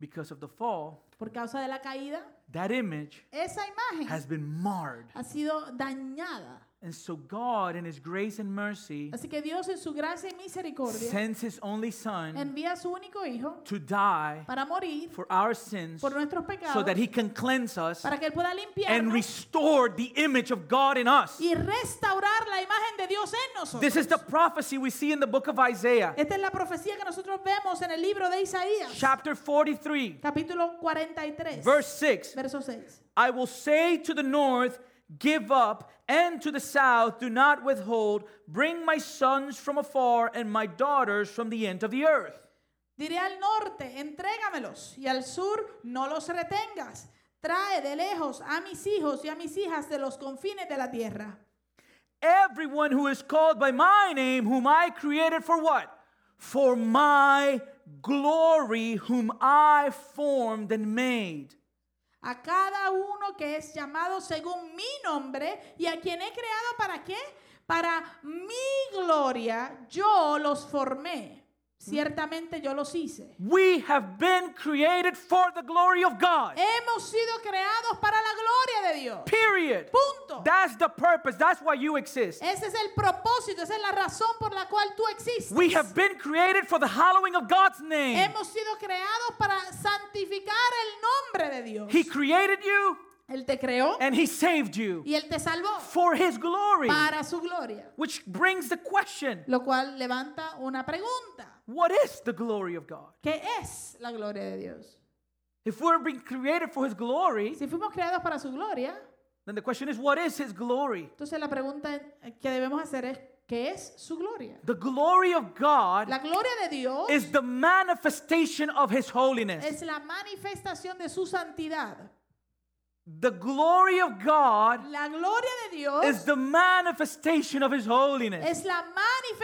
[SPEAKER 1] because of the fall,
[SPEAKER 2] Por causa de la caída,
[SPEAKER 1] that image
[SPEAKER 2] esa imagen
[SPEAKER 1] has been marred.
[SPEAKER 2] ha sido dañada.
[SPEAKER 1] And so God, in His grace and mercy,
[SPEAKER 2] Así que Dios en su gracia y misericordia
[SPEAKER 1] sends His only Son
[SPEAKER 2] envía a su único hijo
[SPEAKER 1] to die
[SPEAKER 2] para morir
[SPEAKER 1] for our sins
[SPEAKER 2] por nuestros
[SPEAKER 1] so
[SPEAKER 2] pecados
[SPEAKER 1] that He can cleanse us
[SPEAKER 2] para que él pueda
[SPEAKER 1] and
[SPEAKER 2] limpiarnos
[SPEAKER 1] restore the image of God in us.
[SPEAKER 2] y restaurar la imagen de Dios en
[SPEAKER 1] This is the
[SPEAKER 2] nosotros.
[SPEAKER 1] prophecy we see in the book of Isaiah,
[SPEAKER 2] Esta es la profecía que nosotros vemos en el libro de Isaías,
[SPEAKER 1] chapter 43,
[SPEAKER 2] capítulo 43,
[SPEAKER 1] verse 6.
[SPEAKER 2] verso 6.
[SPEAKER 1] I will say to the north, Give up, and to the south, Do not withhold. Bring my sons from afar and my daughters from the end of the earth.
[SPEAKER 2] Diré al norte, entrégamelos, y al sur, no los retengas. Trae de lejos a mis hijos y a mis hijas de los confines de la tierra.
[SPEAKER 1] Everyone who is called by my name, whom I created for what? For my glory, whom I formed and made.
[SPEAKER 2] A cada uno que es llamado según mi nombre y a quien he creado para qué? Para mi gloria, yo los formé. Ciertamente yo los hice.
[SPEAKER 1] We have been created for the glory of God.
[SPEAKER 2] Hemos sido creados para la gloria de Dios.
[SPEAKER 1] Period.
[SPEAKER 2] Punto.
[SPEAKER 1] That's the purpose. That's why you exist.
[SPEAKER 2] Ese es el propósito, esa es la razón por la cual tú existes.
[SPEAKER 1] We have been created for the hallowing of God's name.
[SPEAKER 2] Hemos sido creados para santificar el nombre de Dios.
[SPEAKER 1] He created you
[SPEAKER 2] Él te creó
[SPEAKER 1] and He saved you
[SPEAKER 2] y Él te salvó
[SPEAKER 1] for His glory.
[SPEAKER 2] para su gloria.
[SPEAKER 1] Which brings the question
[SPEAKER 2] Lo cual levanta una pregunta.
[SPEAKER 1] what is the glory of God?
[SPEAKER 2] ¿Qué es la gloria de Dios?
[SPEAKER 1] If we're being created for His glory,
[SPEAKER 2] Si fuimos creados para su gloria,
[SPEAKER 1] then the question is what is His glory?
[SPEAKER 2] entonces la pregunta que debemos hacer es, ¿qué es su gloria?
[SPEAKER 1] The glory of God
[SPEAKER 2] La gloria de Dios
[SPEAKER 1] is the manifestation of His holiness.
[SPEAKER 2] es la manifestación de su santidad.
[SPEAKER 1] The glory of God
[SPEAKER 2] La gloria de Dios
[SPEAKER 1] is the manifestation of His holiness.
[SPEAKER 2] es la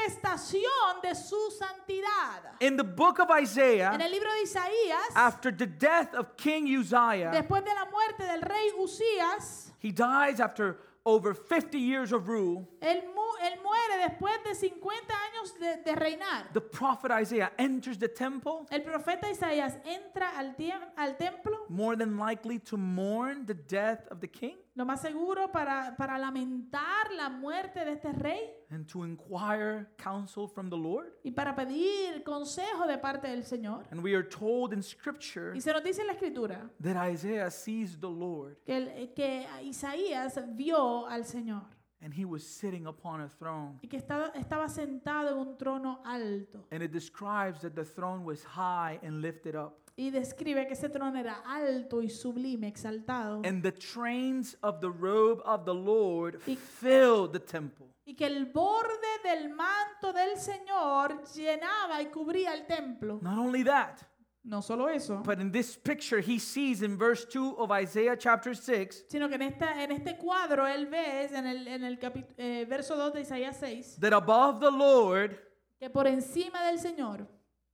[SPEAKER 2] manifestación de su santidad.
[SPEAKER 1] In the book of
[SPEAKER 2] En
[SPEAKER 1] Isaiah,
[SPEAKER 2] el libro de Isaías,
[SPEAKER 1] after the death of King Uzziah,
[SPEAKER 2] después de la muerte del rey Usías,
[SPEAKER 1] he dies after over 50 years of rule.
[SPEAKER 2] él, mu- él muere después de 50 años de, de reinar.
[SPEAKER 1] The prophet Isaiah enters the temple,
[SPEAKER 2] El profeta Isaías entra al, tiem- al templo,
[SPEAKER 1] more than likely to mourn the death of the king
[SPEAKER 2] lo más seguro para, para lamentar la muerte de este rey
[SPEAKER 1] and to inquire counsel from the Lord.
[SPEAKER 2] y para pedir consejo de parte del Señor.
[SPEAKER 1] And we are told in scripture
[SPEAKER 2] Y se nos dice en la escritura
[SPEAKER 1] that Isaiah sees the Lord
[SPEAKER 2] que, el- que Isaías vio al Señor.
[SPEAKER 1] and he was sitting upon a throne.
[SPEAKER 2] y que estaba, estaba sentado en un trono alto
[SPEAKER 1] And it describes that the throne was high and lifted up.
[SPEAKER 2] y describe que ese trono era alto y sublime, exaltado
[SPEAKER 1] And the trains of the robe of the Lord
[SPEAKER 2] Y-
[SPEAKER 1] filled the temple.
[SPEAKER 2] y que el borde del manto del Señor llenaba y cubría el templo.
[SPEAKER 1] Not only that,
[SPEAKER 2] No solo eso,
[SPEAKER 1] but in this picture, he sees in verse 2 of Isaiah chapter 6
[SPEAKER 2] sino que en, esta, en este cuadro él ve en el, en el capi- eh, verso 2 de Isaías 6
[SPEAKER 1] that above the Lord,
[SPEAKER 2] que por encima del Señor,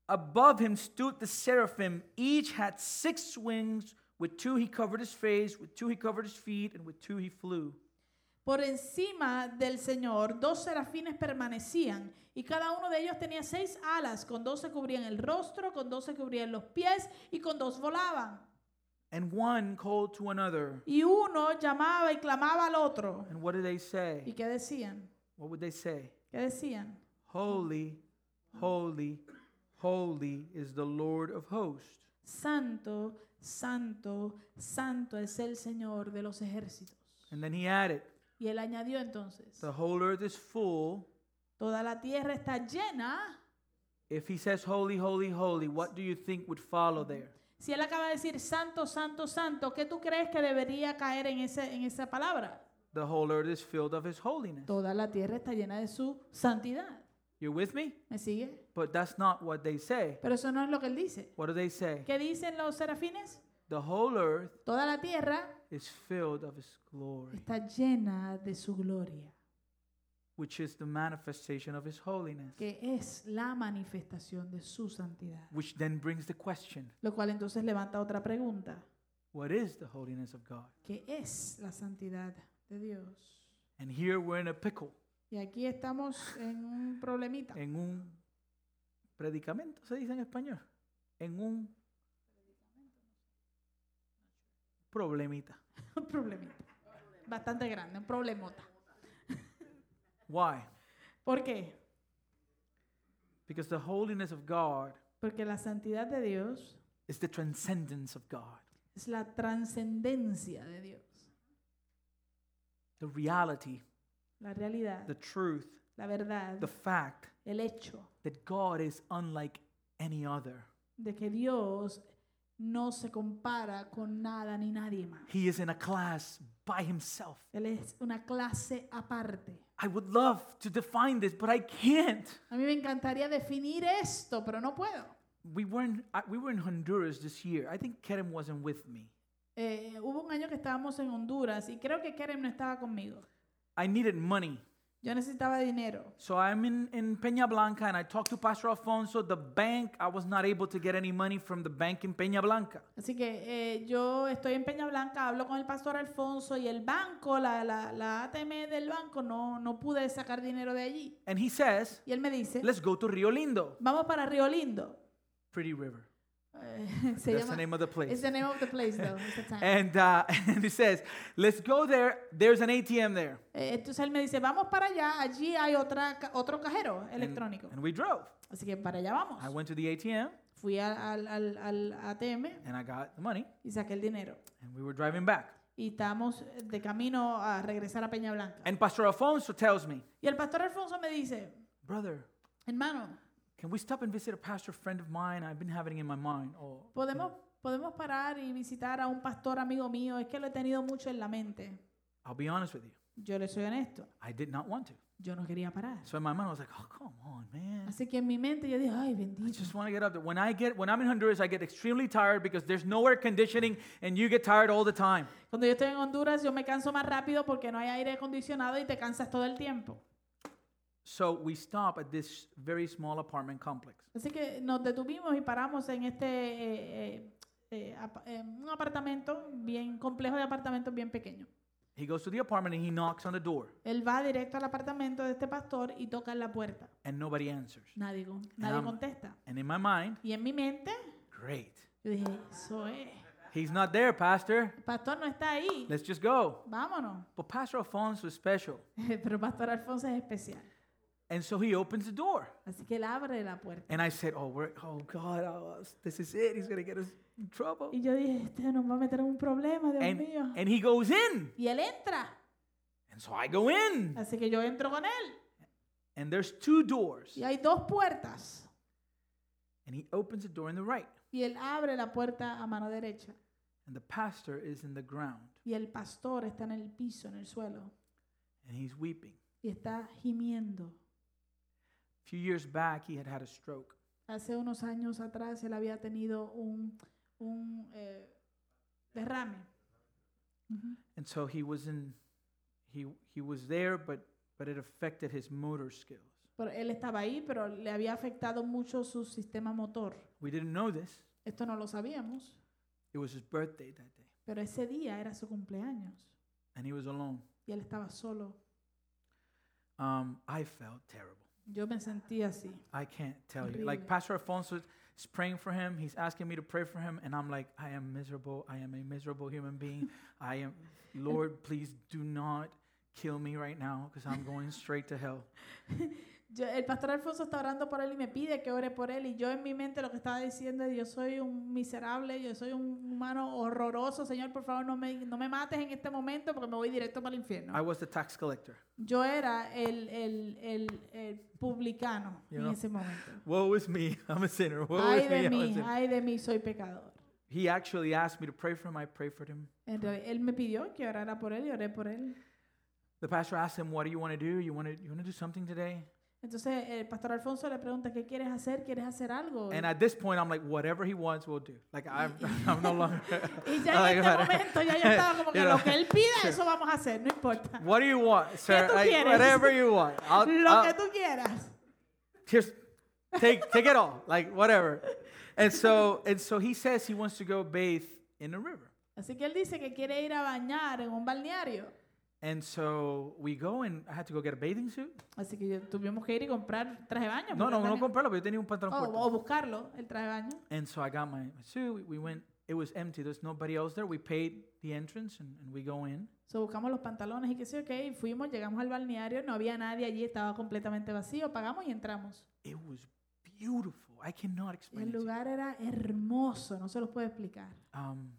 [SPEAKER 1] above him stood the seraphim. Each had six wings. With two, he covered his face. With two, he covered his feet. And with two, he flew.
[SPEAKER 2] por encima del Señor, dos serafines permanecían y cada uno de ellos tenía seis alas, con dos se cubrían el rostro, con dos se cubrían los pies y con dos volaban.
[SPEAKER 1] And one called to another.
[SPEAKER 2] Y uno llamaba y clamaba al otro.
[SPEAKER 1] And what did they
[SPEAKER 2] ¿Y
[SPEAKER 1] say?
[SPEAKER 2] qué decían?
[SPEAKER 1] What would they say?
[SPEAKER 2] ¿Qué decían?
[SPEAKER 1] Holy, holy, holy is the Lord of hosts.
[SPEAKER 2] Santo, santo, santo es el Señor de los ejércitos.
[SPEAKER 1] And then he added,
[SPEAKER 2] Y él añadió entonces,
[SPEAKER 1] The whole earth is full.
[SPEAKER 2] toda la tierra está llena.
[SPEAKER 1] If he says holy, holy, holy, what do you think would follow there?
[SPEAKER 2] Si él acaba de decir santo, santo, santo, ¿qué tú crees que debería caer en, ese, en esa palabra?
[SPEAKER 1] The whole earth is filled of his holiness.
[SPEAKER 2] Toda la tierra está llena de su santidad.
[SPEAKER 1] You're with me?
[SPEAKER 2] ¿Me sigue?
[SPEAKER 1] But that's not what they say.
[SPEAKER 2] Pero eso no es lo que él dice.
[SPEAKER 1] What do they say?
[SPEAKER 2] ¿Qué dicen los serafines?
[SPEAKER 1] The whole earth
[SPEAKER 2] Toda la tierra
[SPEAKER 1] is filled of his glory,
[SPEAKER 2] está llena de su gloria,
[SPEAKER 1] which is the manifestation of his holiness.
[SPEAKER 2] que es la manifestación de su santidad.
[SPEAKER 1] Which then brings the question
[SPEAKER 2] Lo cual entonces levanta otra pregunta.
[SPEAKER 1] what is the holiness of God?
[SPEAKER 2] ¿Qué es la santidad de Dios?
[SPEAKER 1] And here we're in a pickle.
[SPEAKER 2] Y aquí estamos en un problemita.
[SPEAKER 1] en un predicamento, se dice en español, en un problemita.
[SPEAKER 2] Un problemita. Bastante grande, un problemota.
[SPEAKER 1] Why?
[SPEAKER 2] ¿Por qué?
[SPEAKER 1] Because the holiness of God
[SPEAKER 2] Porque la santidad de Dios
[SPEAKER 1] is the transcendence of God,
[SPEAKER 2] es la trascendencia de Dios,
[SPEAKER 1] the reality,
[SPEAKER 2] la realidad,
[SPEAKER 1] the truth,
[SPEAKER 2] la verdad,
[SPEAKER 1] the fact
[SPEAKER 2] el hecho
[SPEAKER 1] that God is unlike any other.
[SPEAKER 2] de que Dios no se compara con nada ni nadie más.
[SPEAKER 1] He is in a class by himself.
[SPEAKER 2] Él es una clase aparte.
[SPEAKER 1] I would love to define this, but I can't.
[SPEAKER 2] A mí me encantaría definir esto, pero no puedo.
[SPEAKER 1] We were in, I- we were in Honduras this year. I think Kerem wasn't with me.
[SPEAKER 2] Eh, hubo un año que estábamos en Honduras y creo que Kerem no estaba conmigo.
[SPEAKER 1] I needed money.
[SPEAKER 2] Yo necesitaba dinero.
[SPEAKER 1] So I'm in, in Peña Blanca and I talked to Pastor Alfonso, the bank. I was not able to get any money from the bank in Peña Blanca.
[SPEAKER 2] Así que eh, yo estoy en Peña Blanca, hablo con el pastor Alfonso y el banco, la, la, la ATM del banco, no, no pude sacar dinero de allí.
[SPEAKER 1] And he says,
[SPEAKER 2] Y él me dice,
[SPEAKER 1] let's go to Rio Lindo.
[SPEAKER 2] vamos para Río Lindo.
[SPEAKER 1] Pretty River.
[SPEAKER 2] Eh, se
[SPEAKER 1] That's
[SPEAKER 2] llama-
[SPEAKER 1] the name of the
[SPEAKER 2] It's
[SPEAKER 1] place.
[SPEAKER 2] the name of the place, though. It's the time.
[SPEAKER 1] And, uh, and he says, let's go there. There's an ATM there.
[SPEAKER 2] Eh, Entonces él me dice, vamos para allá, allí hay otra, ca- otro cajero
[SPEAKER 1] And-
[SPEAKER 2] electrónico.
[SPEAKER 1] And we drove.
[SPEAKER 2] Así que para allá
[SPEAKER 1] I
[SPEAKER 2] vamos.
[SPEAKER 1] went to the ATM
[SPEAKER 2] Fui al, al, al, al ATM
[SPEAKER 1] and I got the money
[SPEAKER 2] y saqué el dinero.
[SPEAKER 1] and we were driving back.
[SPEAKER 2] Y estábamos de camino a regresar a Peña Blanca.
[SPEAKER 1] And Pastor Alfonso tells me,
[SPEAKER 2] Y el pastor Alfonso me dice,
[SPEAKER 1] brother,
[SPEAKER 2] hermano,
[SPEAKER 1] can we stop and visit a pastor friend of mine? I've been having it in my mind. Oh,
[SPEAKER 2] podemos, podemos parar y visitar a un pastor amigo mío. Es que lo he tenido mucho en la mente.
[SPEAKER 1] I'll be honest with you.
[SPEAKER 2] Yo le soy honesto.
[SPEAKER 1] I did not want to.
[SPEAKER 2] Yo no quería parar.
[SPEAKER 1] So in my mind, I was like, oh, come on, man.
[SPEAKER 2] Así que en mi mente yo dije, ay,
[SPEAKER 1] I
[SPEAKER 2] bendito.
[SPEAKER 1] just want to get up there. When I get, when I'm in Honduras, I get extremely tired because there's no air conditioning and you get tired all the time.
[SPEAKER 2] Cuando yo estoy en Honduras, yo me canso más rápido porque no hay aire acondicionado y te cansas todo el tiempo.
[SPEAKER 1] So we stop at this very small apartment complex.
[SPEAKER 2] Así que nos detuvimos y paramos en este eh, eh, eh, apa- eh, un apartamento bien complejo de apartamentos bien pequeño.
[SPEAKER 1] He goes to the apartment and he knocks on the door
[SPEAKER 2] Él va directo al apartamento de este pastor y toca en la puerta.
[SPEAKER 1] and nobody answers.
[SPEAKER 2] Nadie, con- nadie
[SPEAKER 1] Am-
[SPEAKER 2] contesta.
[SPEAKER 1] And in my mind,
[SPEAKER 2] Y en mi mente
[SPEAKER 1] great.
[SPEAKER 2] yo dije, eso es.
[SPEAKER 1] He's not there, pastor.
[SPEAKER 2] El pastor no está ahí.
[SPEAKER 1] Let's just go.
[SPEAKER 2] Vámonos.
[SPEAKER 1] But Pastor Alfonso is special.
[SPEAKER 2] Pero Pastor Alfonso es especial.
[SPEAKER 1] And so he opens the door.
[SPEAKER 2] Así que él abre la puerta.
[SPEAKER 1] And I said, Oh, we're, oh God, oh, this is it. He's going to get us in trouble.
[SPEAKER 2] Y yo dije, este nos va a meter en un problema, Dios
[SPEAKER 1] And,
[SPEAKER 2] mío.
[SPEAKER 1] and he goes in.
[SPEAKER 2] Y él entra.
[SPEAKER 1] And so I go in.
[SPEAKER 2] Así que yo entro con él.
[SPEAKER 1] And there's two doors.
[SPEAKER 2] Y hay dos puertas.
[SPEAKER 1] And he opens the door in the right.
[SPEAKER 2] Y él abre la puerta a mano derecha.
[SPEAKER 1] And the pastor is in the ground.
[SPEAKER 2] Y el pastor está en el piso, en el suelo.
[SPEAKER 1] And he's weeping.
[SPEAKER 2] Y está gimiendo.
[SPEAKER 1] A few years back, he had had a stroke.
[SPEAKER 2] Hace unos años atrás él había tenido un, un eh, derrame. Ujú.
[SPEAKER 1] and so he was in he he was there but but it affected his motor skills
[SPEAKER 2] Pero él estaba ahí, pero le había afectado mucho su sistema motor.
[SPEAKER 1] we didn't know this
[SPEAKER 2] Esto no lo sabíamos,
[SPEAKER 1] it was his birthday that day
[SPEAKER 2] pero ese día era su cumpleaños.
[SPEAKER 1] and he was alone
[SPEAKER 2] Y él estaba solo.
[SPEAKER 1] um, i felt terrible
[SPEAKER 2] Yo me sentí así.
[SPEAKER 1] i can't tell you
[SPEAKER 2] Horrible.
[SPEAKER 1] like pastor alfonso is praying for him he's asking me to pray for him and i'm like i am miserable i am a miserable human being i am lord please do not kill me right now because i'm going straight to hell
[SPEAKER 2] Yo- el pastor Alfonso está orando por él y me pide que ore por él. Y yo en mi mente lo que estaba diciendo es, yo soy un miserable, yo soy un humano horroroso. Señor, por favor, no me, no me mates en este momento porque me voy directo para el
[SPEAKER 1] i
[SPEAKER 2] infierno.
[SPEAKER 1] was the tax collector
[SPEAKER 2] Yo era el, el, el, el publicano
[SPEAKER 1] You
[SPEAKER 2] en
[SPEAKER 1] know,
[SPEAKER 2] ese momento.
[SPEAKER 1] woe is me i'm a sinner woe
[SPEAKER 2] Ay
[SPEAKER 1] is me I'm
[SPEAKER 2] de
[SPEAKER 1] a
[SPEAKER 2] mí,
[SPEAKER 1] sinner.
[SPEAKER 2] ay de mí, soy pecador.
[SPEAKER 1] he actually asked me to pray for him i prayed for him
[SPEAKER 2] En realidad, él me pidió que orara por él y oré por él.
[SPEAKER 1] The pastor asked him, "What do you want to do? You want to you want to do something today?"
[SPEAKER 2] Entonces el pastor Alfonso le pregunta, ¿qué quieres hacer? ¿Quieres hacer algo?
[SPEAKER 1] And at this point, I'm like, "Whatever he wants, we'll do." Like I'm I'm no longer.
[SPEAKER 2] Y
[SPEAKER 1] I'm
[SPEAKER 2] ya
[SPEAKER 1] like,
[SPEAKER 2] en este momento ya yo estaba como que
[SPEAKER 1] You know,
[SPEAKER 2] lo que él pida, eso vamos a hacer, no importa.
[SPEAKER 1] What do you want, sir?
[SPEAKER 2] tú
[SPEAKER 1] Like,
[SPEAKER 2] quieres?
[SPEAKER 1] whatever you want. I'll,
[SPEAKER 2] Lo que
[SPEAKER 1] I'll
[SPEAKER 2] tú quieras.
[SPEAKER 1] just take take it all. Like whatever. And so and so he says he wants to go bathe in a river.
[SPEAKER 2] Así que él dice que quiere ir a bañar en un balneario.
[SPEAKER 1] And so we go and I had to go get a bathing suit.
[SPEAKER 2] Así que yo- tuvimos que ir y comprar traje de baño.
[SPEAKER 1] No, no,
[SPEAKER 2] porque
[SPEAKER 1] no
[SPEAKER 2] también- Oh,
[SPEAKER 1] comprarlo, pero yo tenía un pantalón
[SPEAKER 2] o,
[SPEAKER 1] corto.
[SPEAKER 2] o buscarlo, el traje de baño.
[SPEAKER 1] And so I got my, my suit. We, we went It was empty. There's nobody else there. We paid the entrance and, and we go in.
[SPEAKER 2] So, buscamos los pantalones y que sé, ok, fuimos, llegamos al balneario, no había nadie allí, estaba completamente vacío, pagamos y entramos.
[SPEAKER 1] It was beautiful. I cannot
[SPEAKER 2] Y el
[SPEAKER 1] explain it. to you.
[SPEAKER 2] lugar era hermoso, no se los puedo explicar.
[SPEAKER 1] Um,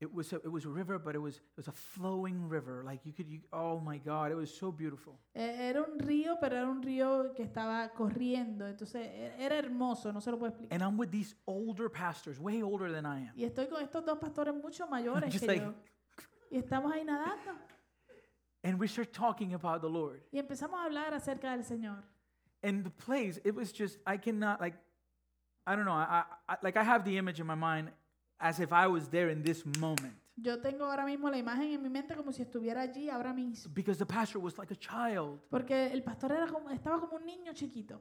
[SPEAKER 1] it was a, it was a river, but it was it was a flowing river. Like you could, you, oh my God, it was so beautiful.
[SPEAKER 2] Eh, Era un río, pero era un río que estaba corriendo, entonces e- era hermoso, no se lo puedo explicar.
[SPEAKER 1] And I'm with these older pastors, way older than I am.
[SPEAKER 2] Y estoy con estos dos pastores mucho mayores
[SPEAKER 1] Just
[SPEAKER 2] que
[SPEAKER 1] like-
[SPEAKER 2] yo. Y estamos ahí nadando.
[SPEAKER 1] And we start talking about the Lord
[SPEAKER 2] Y empezamos a hablar acerca del Señor.
[SPEAKER 1] and the place. It was just I cannot like, I don't know. I, I, I like I have the image in my mind as if I was there in this moment
[SPEAKER 2] Yo tengo ahora mismo la imagen en mi mente como si estuviera allí ahora mismo.
[SPEAKER 1] because the pastor was like a child,
[SPEAKER 2] Porque el pastor era como- estaba como un niño chiquito.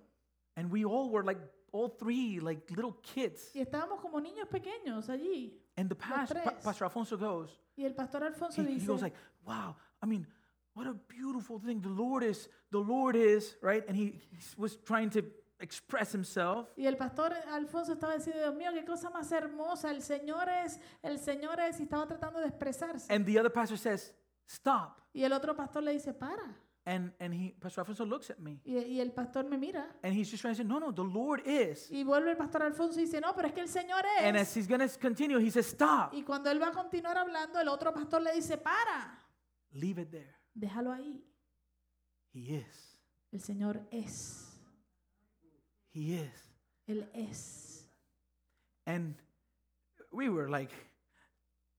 [SPEAKER 1] and we all were like all three like little kids.
[SPEAKER 2] Y estábamos como niños pequeños allí.
[SPEAKER 1] And the pastor,
[SPEAKER 2] tres.
[SPEAKER 1] Pastor Alfonso goes.
[SPEAKER 2] Y el pastor Alfonso
[SPEAKER 1] he, he
[SPEAKER 2] dice,
[SPEAKER 1] goes like wow i mean what a beautiful thing the lord is the lord is right and he, he was trying to express himself
[SPEAKER 2] y el pastor Alfonso estaba diciendo, Dios mío, qué cosa más hermosa, el Señor es, el Señor es, y estaba tratando de expresarse.
[SPEAKER 1] and the other pastor says stop
[SPEAKER 2] Y el otro pastor le dice, para.
[SPEAKER 1] and and he pastor alfonso looks at me
[SPEAKER 2] Y, y el pastor me mira.
[SPEAKER 1] and he's just trying to say no no the lord is
[SPEAKER 2] Y vuelve el pastor Alfonso y dice, no, pero es que el Señor
[SPEAKER 1] and
[SPEAKER 2] es.
[SPEAKER 1] as he's gonna continue he says stop
[SPEAKER 2] Y cuando él va a continuar hablando, el otro pastor le dice, para,
[SPEAKER 1] leave it there
[SPEAKER 2] déjalo ahí.
[SPEAKER 1] he is
[SPEAKER 2] El Señor es.
[SPEAKER 1] he is
[SPEAKER 2] Él es.
[SPEAKER 1] and we were like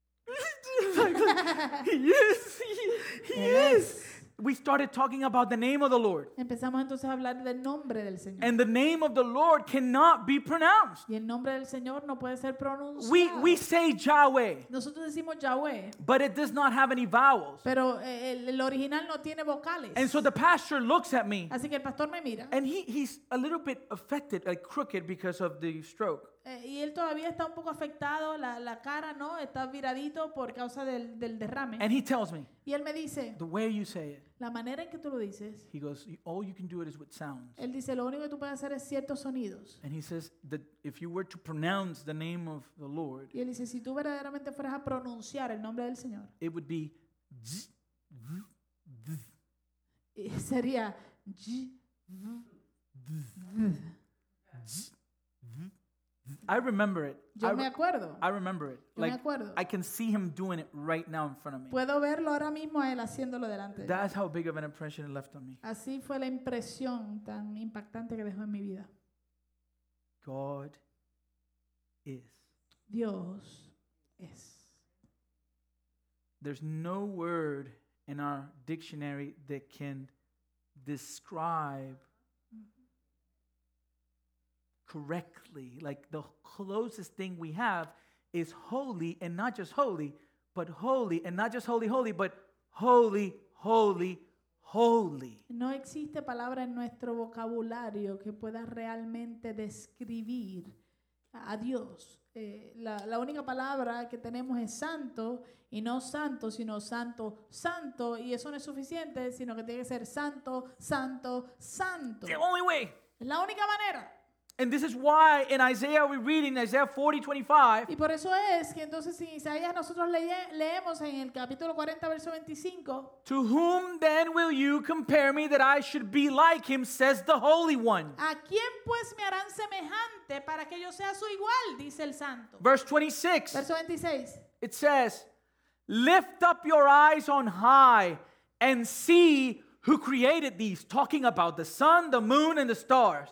[SPEAKER 1] like, like, he is he, he is we started talking about the name of the lord
[SPEAKER 2] Empezamos entonces a hablar del nombre del Señor.
[SPEAKER 1] And the name of the Lord cannot be pronounced.
[SPEAKER 2] y el nombre del Señor no puede ser pronunciado.
[SPEAKER 1] We, we say Yahweh,
[SPEAKER 2] Nosotros decimos Yahweh,
[SPEAKER 1] but it does not have any vowels.
[SPEAKER 2] pero eh, el, el original no tiene vocales.
[SPEAKER 1] And so the pastor looks at me,
[SPEAKER 2] Así que el pastor me mira.
[SPEAKER 1] and he, he's a little bit affected, like crooked because of the stroke.
[SPEAKER 2] eh, y él todavía está un poco afectado, la, la cara, ¿no? Está viradito por causa del, del derrame.
[SPEAKER 1] And he tells me,
[SPEAKER 2] y él me dice,
[SPEAKER 1] the way you say it,
[SPEAKER 2] la manera en que tú lo dices,
[SPEAKER 1] he goes, "You- all you can do it is with sounds.
[SPEAKER 2] él dice, lo único que tú puedes hacer es ciertos sonidos.
[SPEAKER 1] And he says that if you were to pronounce the name of the Lord,
[SPEAKER 2] Y él dice, si tú verdaderamente fueras a pronunciar el nombre del Señor,
[SPEAKER 1] it would be z- z- z-
[SPEAKER 2] eh, sería... "Yi".
[SPEAKER 1] z- z- z." I remember it. I,
[SPEAKER 2] Yo me
[SPEAKER 1] re-
[SPEAKER 2] acuerdo.
[SPEAKER 1] I remember it.
[SPEAKER 2] Yo me
[SPEAKER 1] Like
[SPEAKER 2] acuerdo.
[SPEAKER 1] I can see him doing it right now in front of me.
[SPEAKER 2] Puedo verlo ahora mismo a él haciéndolo delante. de mí.
[SPEAKER 1] That's how big of an impression it left on me.
[SPEAKER 2] Así fue la impresión tan impactante que dejó en mi vida.
[SPEAKER 1] God is.
[SPEAKER 2] Dios es.
[SPEAKER 1] There's no word in our dictionary that can describe correctly. Like the closest thing we have is holy and not just holy, but holy and not just holy, holy, but holy, holy, holy.
[SPEAKER 2] No existe palabra en nuestro vocabulario que pueda realmente describir a a Dios. Eh, la, la única palabra que tenemos es santo y no santo, sino santo, santo. Y eso no es suficiente, sino que tiene que ser santo, santo, santo.
[SPEAKER 1] The only way.
[SPEAKER 2] Es la única manera.
[SPEAKER 1] And this is why in Isaiah we read in Isaiah 40, 25,
[SPEAKER 2] Y por eso es que entonces en Isaías nosotros leye- leemos en el capítulo 40, verso 25,
[SPEAKER 1] To whom then will you compare me that I should be like him, says the Holy One.
[SPEAKER 2] ¿a quién pues me harán semejante para que yo sea su igual? Dice el santo.
[SPEAKER 1] Verse 26,
[SPEAKER 2] Verso 26,
[SPEAKER 1] it says, Lift up your eyes on high and see who created these, talking about the sun, the moon, and the stars.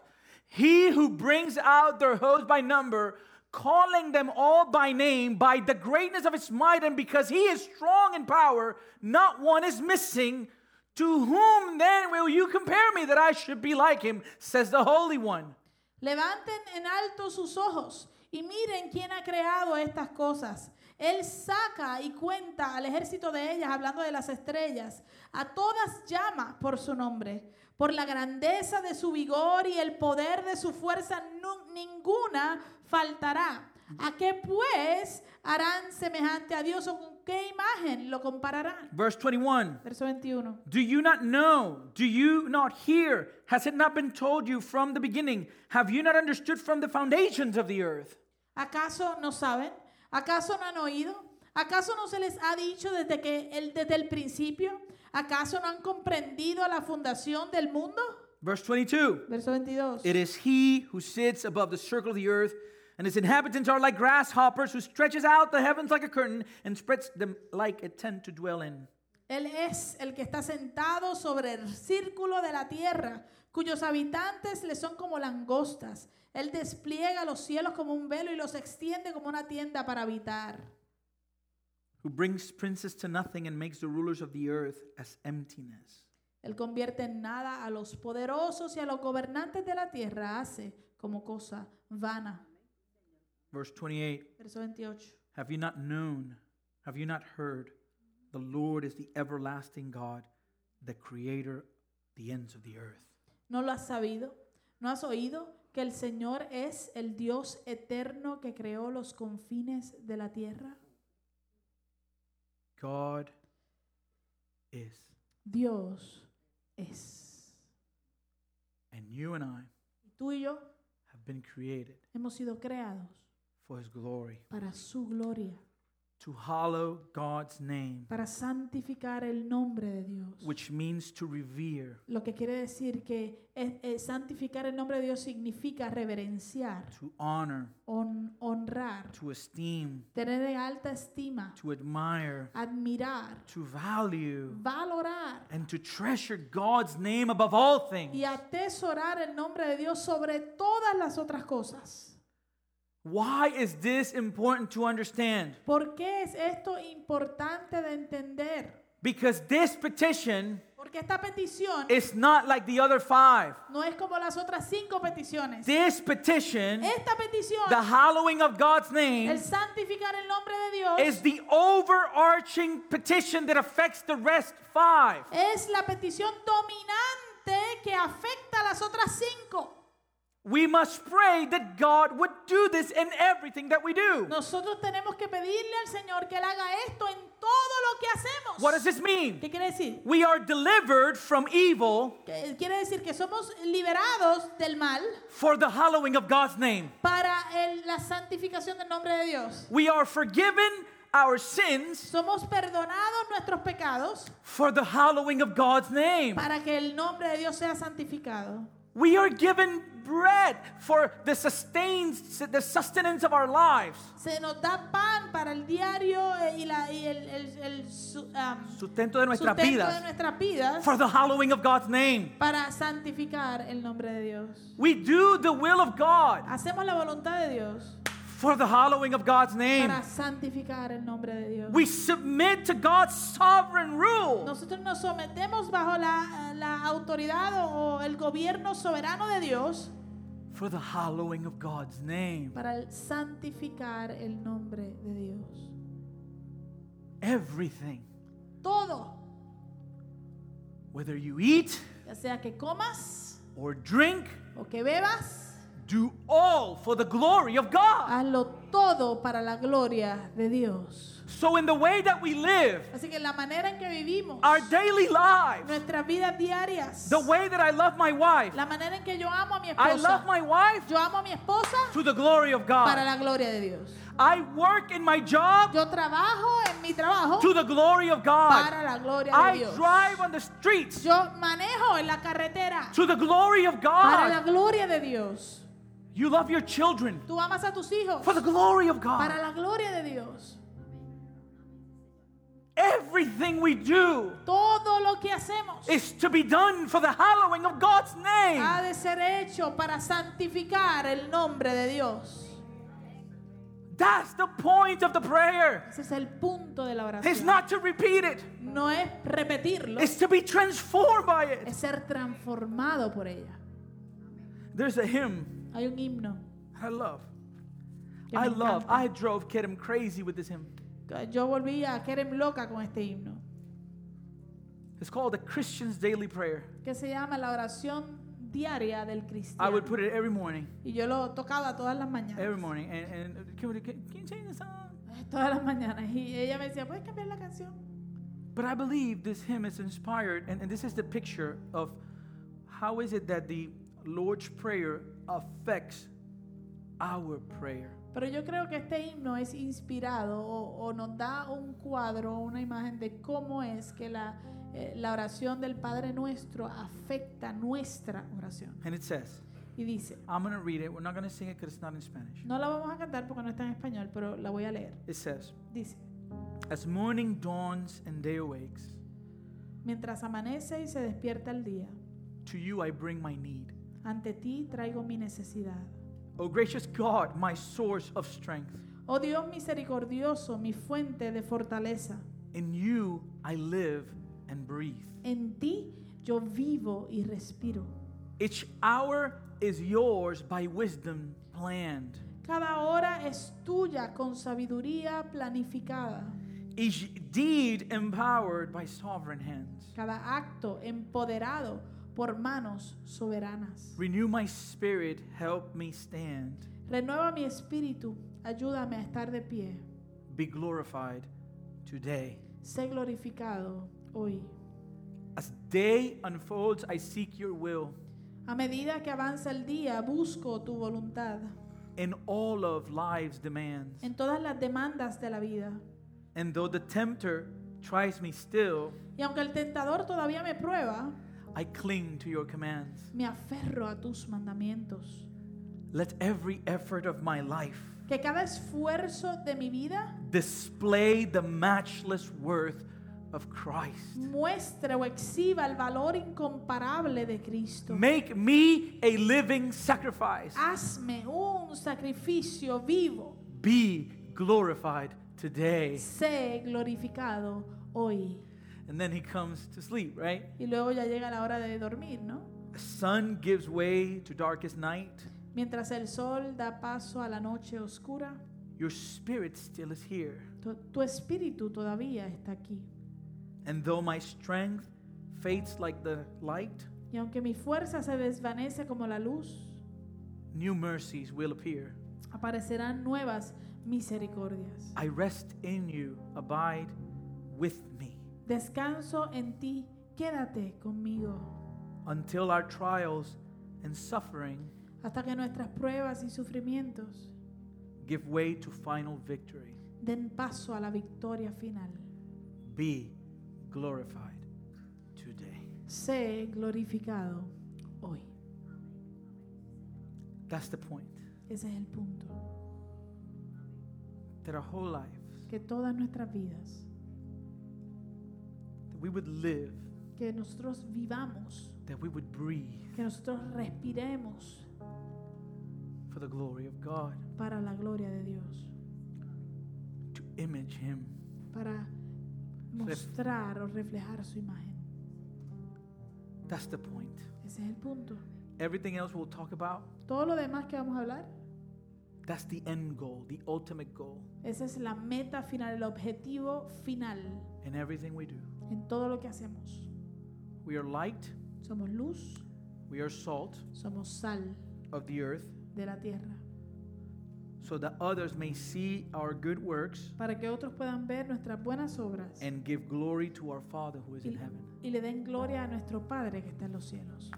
[SPEAKER 1] He who brings out their host by number, calling them all by name, by the greatness of his might, and because he is strong in power, not one is missing. To whom then will you compare me that I should be like him, says the Holy One.
[SPEAKER 2] levanten en alto sus ojos y miren quién ha creado estas cosas. Él saca y cuenta al ejército de ellas, hablando de las estrellas, a todas llama por su nombre. Por la grandeza de su vigor y el poder de su fuerza, nu- ninguna faltará. ¿A qué pues harán semejante a Dios o con qué imagen lo compararán?
[SPEAKER 1] Verse 21.
[SPEAKER 2] Verso 21.
[SPEAKER 1] Do you not know? Do you not hear? Has it not been told you from the beginning? Have you not understood from the foundations of the earth?
[SPEAKER 2] ¿Acaso no saben? ¿Acaso no han oído? ¿Acaso no se les ha dicho desde, que el, desde el principio? ¿Acaso no han comprendido la fundación del mundo?
[SPEAKER 1] Verse 22
[SPEAKER 2] Verso 22.
[SPEAKER 1] It is he who sits above the circle of the earth, and his inhabitants are like grasshoppers, who stretches out the heavens like a curtain and spreads them like a tent to dwell in.
[SPEAKER 2] Él es el que está sentado sobre el círculo de la tierra, cuyos habitantes le son como langostas. Él despliega los cielos como un velo y los extiende como una tienda para habitar.
[SPEAKER 1] Who brings princes to nothing and makes the rulers of the earth as emptiness.
[SPEAKER 2] Él convierte en nada a los poderosos y a los gobernantes de la tierra, hace como cosa vana.
[SPEAKER 1] Verse 28
[SPEAKER 2] Verso 28.
[SPEAKER 1] Have you not known? Have you not heard? The Lord is the everlasting God, the creator, the ends of the earth.
[SPEAKER 2] ¿No lo has sabido? ¿No has oído que el Señor es el Dios eterno que creó los confines de la tierra?
[SPEAKER 1] God is.
[SPEAKER 2] Dios es.
[SPEAKER 1] And you and I
[SPEAKER 2] Tú y yo
[SPEAKER 1] have been created
[SPEAKER 2] hemos sido creados
[SPEAKER 1] for his glory,
[SPEAKER 2] para su gloria,
[SPEAKER 1] to hallow God's name,
[SPEAKER 2] para santificar el nombre de Dios.
[SPEAKER 1] which means to revere,
[SPEAKER 2] Lo que quiere decir que es- eh, santificar el nombre de Dios significa reverenciar,
[SPEAKER 1] to honor,
[SPEAKER 2] hon- honrar,
[SPEAKER 1] to esteem,
[SPEAKER 2] tener en alta estima,
[SPEAKER 1] to admire,
[SPEAKER 2] admirar,
[SPEAKER 1] to value,
[SPEAKER 2] valorar
[SPEAKER 1] and to treasure God's name above all things.
[SPEAKER 2] y atesorar el nombre de Dios sobre todas las otras cosas.
[SPEAKER 1] Why is this important to understand?
[SPEAKER 2] ¿Por qué es esto importante de entender?
[SPEAKER 1] Because this petition
[SPEAKER 2] Porque esta petición
[SPEAKER 1] is not like the other five.
[SPEAKER 2] no es como las otras cinco peticiones.
[SPEAKER 1] This petition,
[SPEAKER 2] Esta petición,
[SPEAKER 1] the hallowing of God's
[SPEAKER 2] el
[SPEAKER 1] name,
[SPEAKER 2] santificar el nombre de Dios,
[SPEAKER 1] is the overarching petition that affects the rest five.
[SPEAKER 2] es la petición dominante que afecta a las otras cinco.
[SPEAKER 1] We must pray that God would do this in everything that we do.
[SPEAKER 2] Nosotros tenemos que pedirle al Señor que Él haga esto en todo lo que hacemos.
[SPEAKER 1] What does this mean?
[SPEAKER 2] ¿Qué quiere decir?
[SPEAKER 1] We are delivered from evil
[SPEAKER 2] Que- quiere decir que somos liberados del mal
[SPEAKER 1] for the hallowing of God's name.
[SPEAKER 2] para el- la santificación del nombre de Dios.
[SPEAKER 1] We are forgiven our sins
[SPEAKER 2] Somos perdonados nuestros pecados
[SPEAKER 1] for the hallowing of God's name.
[SPEAKER 2] para que el nombre de Dios sea santificado.
[SPEAKER 1] We are given bread for the sustains the sustenance of our lives.
[SPEAKER 2] Se nos da pan para el diario eh, y, la- y el, el- el su- am,
[SPEAKER 1] Sustento de nuestras
[SPEAKER 2] sustento de
[SPEAKER 1] vidas
[SPEAKER 2] nuestras vidas
[SPEAKER 1] for the hallowing of God's name.
[SPEAKER 2] para santificar el nombre de Dios.
[SPEAKER 1] We do the will of God
[SPEAKER 2] Hacemos la voluntad de Dios
[SPEAKER 1] for the hallowing of God's name.
[SPEAKER 2] para santificar el nombre de Dios.
[SPEAKER 1] We submit to God's sovereign rule.
[SPEAKER 2] Nosotros nos sometemos bajo la, la autoridad o, o el gobierno soberano de Dios
[SPEAKER 1] for the hallowing of God's name.
[SPEAKER 2] para el santificar el nombre de Dios.
[SPEAKER 1] Everything,
[SPEAKER 2] Todo,
[SPEAKER 1] whether you eat
[SPEAKER 2] ya sea que comas
[SPEAKER 1] or drink,
[SPEAKER 2] o que bebas,
[SPEAKER 1] do all for the glory of God.
[SPEAKER 2] hazlo todo para la gloria de Dios.
[SPEAKER 1] So, in the way that we live,
[SPEAKER 2] Así que la manera en que vivimos,
[SPEAKER 1] our daily lives,
[SPEAKER 2] nuestras vidas diarias,
[SPEAKER 1] the way that I love my wife,
[SPEAKER 2] la manera en que yo amo a mi
[SPEAKER 1] I love
[SPEAKER 2] esposa,
[SPEAKER 1] my wife
[SPEAKER 2] yo amo a mi esposa
[SPEAKER 1] to the glory of
[SPEAKER 2] para
[SPEAKER 1] God.
[SPEAKER 2] la gloria de Dios.
[SPEAKER 1] I work in my job
[SPEAKER 2] Yo trabajo en mi trabajo
[SPEAKER 1] to the glory of God.
[SPEAKER 2] para la gloria de
[SPEAKER 1] I
[SPEAKER 2] Dios.
[SPEAKER 1] drive on the streets
[SPEAKER 2] Yo manejo en la carretera
[SPEAKER 1] to the glory of
[SPEAKER 2] para la
[SPEAKER 1] God.
[SPEAKER 2] gloria de Dios.
[SPEAKER 1] You love your children
[SPEAKER 2] Tú amas a tus hijos
[SPEAKER 1] for the glory of God.
[SPEAKER 2] para la gloria de Dios.
[SPEAKER 1] Everything we do
[SPEAKER 2] Todo lo que hacemos
[SPEAKER 1] is to be done for the hallowing of God's name.
[SPEAKER 2] ha de ser hecho para santificar el nombre de Dios.
[SPEAKER 1] That's the point of the prayer.
[SPEAKER 2] Ese es el punto de la
[SPEAKER 1] It's
[SPEAKER 2] oración.
[SPEAKER 1] not to repeat it,
[SPEAKER 2] No es repetirlo,
[SPEAKER 1] it's to be transformed by it.
[SPEAKER 2] es ser transformado por ella.
[SPEAKER 1] There's a hymn
[SPEAKER 2] Hay un himno.
[SPEAKER 1] I love.
[SPEAKER 2] que me
[SPEAKER 1] I love.
[SPEAKER 2] encanta.
[SPEAKER 1] I drove Kedem crazy with this hymn.
[SPEAKER 2] Yo volví a quererme loca con este himno,
[SPEAKER 1] It's called the Christian's Daily Prayer.
[SPEAKER 2] que se llama la oración diaria del
[SPEAKER 1] I would
[SPEAKER 2] cristiano.
[SPEAKER 1] put it every morning.
[SPEAKER 2] Y yo lo tocaba todas las mañanas.
[SPEAKER 1] Every morning. And, and can, we, can, can you change the song?
[SPEAKER 2] Todas las mañanas. Y ella me decía, ¿puedes cambiar la canción?
[SPEAKER 1] But I believe this hymn is inspired, and, and this is the picture of how is it that the Lord's Prayer affects our prayer.
[SPEAKER 2] Pero yo creo que este himno es inspirado o, o nos da un cuadro, una imagen de cómo es que la, eh, la oración del Padre Nuestro afecta nuestra oración.
[SPEAKER 1] And it says,
[SPEAKER 2] Y dice,
[SPEAKER 1] I'm going to read it. We're not going to sing it because it's not in Spanish.
[SPEAKER 2] no la vamos a cantar porque no está en español, pero la voy a leer.
[SPEAKER 1] It says,
[SPEAKER 2] Dice,
[SPEAKER 1] As morning dawns and day awakes,
[SPEAKER 2] mientras amanece y se despierta el día,
[SPEAKER 1] to you I bring my need.
[SPEAKER 2] ante ti traigo mi necesidad.
[SPEAKER 1] O gracious God, my source of strength.
[SPEAKER 2] Oh Dios misericordioso, mi fuente de fortaleza,
[SPEAKER 1] In you I live and breathe.
[SPEAKER 2] en ti yo vivo y respiro.
[SPEAKER 1] Each hour is yours by wisdom planned.
[SPEAKER 2] Cada hora es tuya con sabiduría planificada.
[SPEAKER 1] Each deed empowered by sovereign hands.
[SPEAKER 2] cada acto empoderado por manos soberanas.
[SPEAKER 1] Renew my spirit, help me stand.
[SPEAKER 2] Renueva mi espíritu, ayúdame a estar de pie.
[SPEAKER 1] Be glorified today.
[SPEAKER 2] Sé glorificado hoy.
[SPEAKER 1] As day unfolds, I seek your will.
[SPEAKER 2] A medida que avanza el día, busco tu voluntad
[SPEAKER 1] in all of life's demands.
[SPEAKER 2] en todas las demandas de la vida.
[SPEAKER 1] And though the tempter tries me still,
[SPEAKER 2] Y aunque el tentador todavía me prueba,
[SPEAKER 1] I cling to your commands.
[SPEAKER 2] me aferro a tus mandamientos.
[SPEAKER 1] Let every effort of my life
[SPEAKER 2] Que cada esfuerzo de mi vida
[SPEAKER 1] display the matchless worth of Christ.
[SPEAKER 2] muestre o exhiba el valor incomparable de Cristo.
[SPEAKER 1] Make me a living sacrifice.
[SPEAKER 2] Ah. Hazme un sacrificio vivo
[SPEAKER 1] Be glorified today.
[SPEAKER 2] sé glorificado hoy.
[SPEAKER 1] And then he comes to sleep, right?
[SPEAKER 2] Y luego ya llega la hora de dormir, ¿no?
[SPEAKER 1] The sun gives way to darkest night.
[SPEAKER 2] Mientras el sol da paso a la noche oscura,
[SPEAKER 1] Your spirit still is here.
[SPEAKER 2] tu, tu espíritu todavía está aquí.
[SPEAKER 1] And though my strength fades like the light,
[SPEAKER 2] Y aunque mi fuerza se desvanece como la luz,
[SPEAKER 1] new mercies will appear.
[SPEAKER 2] aparecerán nuevas misericordias.
[SPEAKER 1] I rest in you, abide with me
[SPEAKER 2] Descanso en ti, quédate conmigo,
[SPEAKER 1] until our trials and suffering
[SPEAKER 2] hasta que nuestras pruebas y sufrimientos
[SPEAKER 1] give way to final victory.
[SPEAKER 2] den paso a la victoria final.
[SPEAKER 1] Be glorified today.
[SPEAKER 2] Sé glorificado hoy.
[SPEAKER 1] That's the point.
[SPEAKER 2] Ese es el punto.
[SPEAKER 1] That our whole lives,
[SPEAKER 2] Que todas nuestras vidas
[SPEAKER 1] that we would live,
[SPEAKER 2] que nosotros vivamos,
[SPEAKER 1] that we would breathe
[SPEAKER 2] que nosotros respiremos
[SPEAKER 1] for the glory of God,
[SPEAKER 2] para la gloria de Dios,
[SPEAKER 1] to image Him.
[SPEAKER 2] para mostrar o reflejar su imagen.
[SPEAKER 1] That's the point.
[SPEAKER 2] Ese es el punto.
[SPEAKER 1] Everything else we'll talk about,
[SPEAKER 2] Todo lo demás que vamos a hablar,
[SPEAKER 1] that's the end goal, the ultimate goal
[SPEAKER 2] esa es la meta final, el objetivo final
[SPEAKER 1] in everything we do.
[SPEAKER 2] en todo lo que hacemos.
[SPEAKER 1] We are light,
[SPEAKER 2] Somos luz,
[SPEAKER 1] we are salt
[SPEAKER 2] somos sal
[SPEAKER 1] of the earth.
[SPEAKER 2] de la tierra,
[SPEAKER 1] so that others may see our good works
[SPEAKER 2] para que otros puedan ver nuestras buenas obras
[SPEAKER 1] and give glory to our Father who is in
[SPEAKER 2] Y-
[SPEAKER 1] heaven.
[SPEAKER 2] y le den gloria a nuestro Padre que está en los cielos.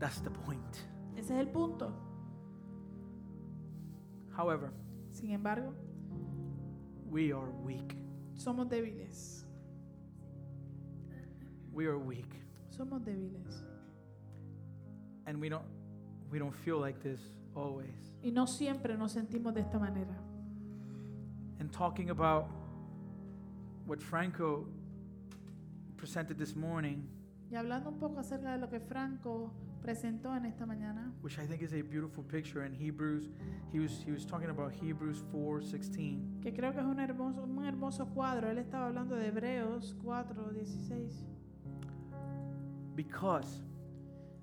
[SPEAKER 1] That's the point.
[SPEAKER 2] Ese es el punto.
[SPEAKER 1] However,
[SPEAKER 2] Sin embargo,
[SPEAKER 1] we are weak.
[SPEAKER 2] somos débiles,
[SPEAKER 1] We are weak.
[SPEAKER 2] somos débiles.
[SPEAKER 1] And we don't we don't feel like this always.
[SPEAKER 2] Y no siempre nos sentimos de esta manera.
[SPEAKER 1] And talking about what Franco presented this morning,
[SPEAKER 2] Y hablando un poco acerca de lo que Franco presentó en esta mañana,
[SPEAKER 1] which I think is a beautiful picture in Hebrews, he was he was talking about Hebrews 4:16.
[SPEAKER 2] que creo que es un hermoso, un hermoso cuadro, él estaba hablando de Hebreos 4, 16,
[SPEAKER 1] Because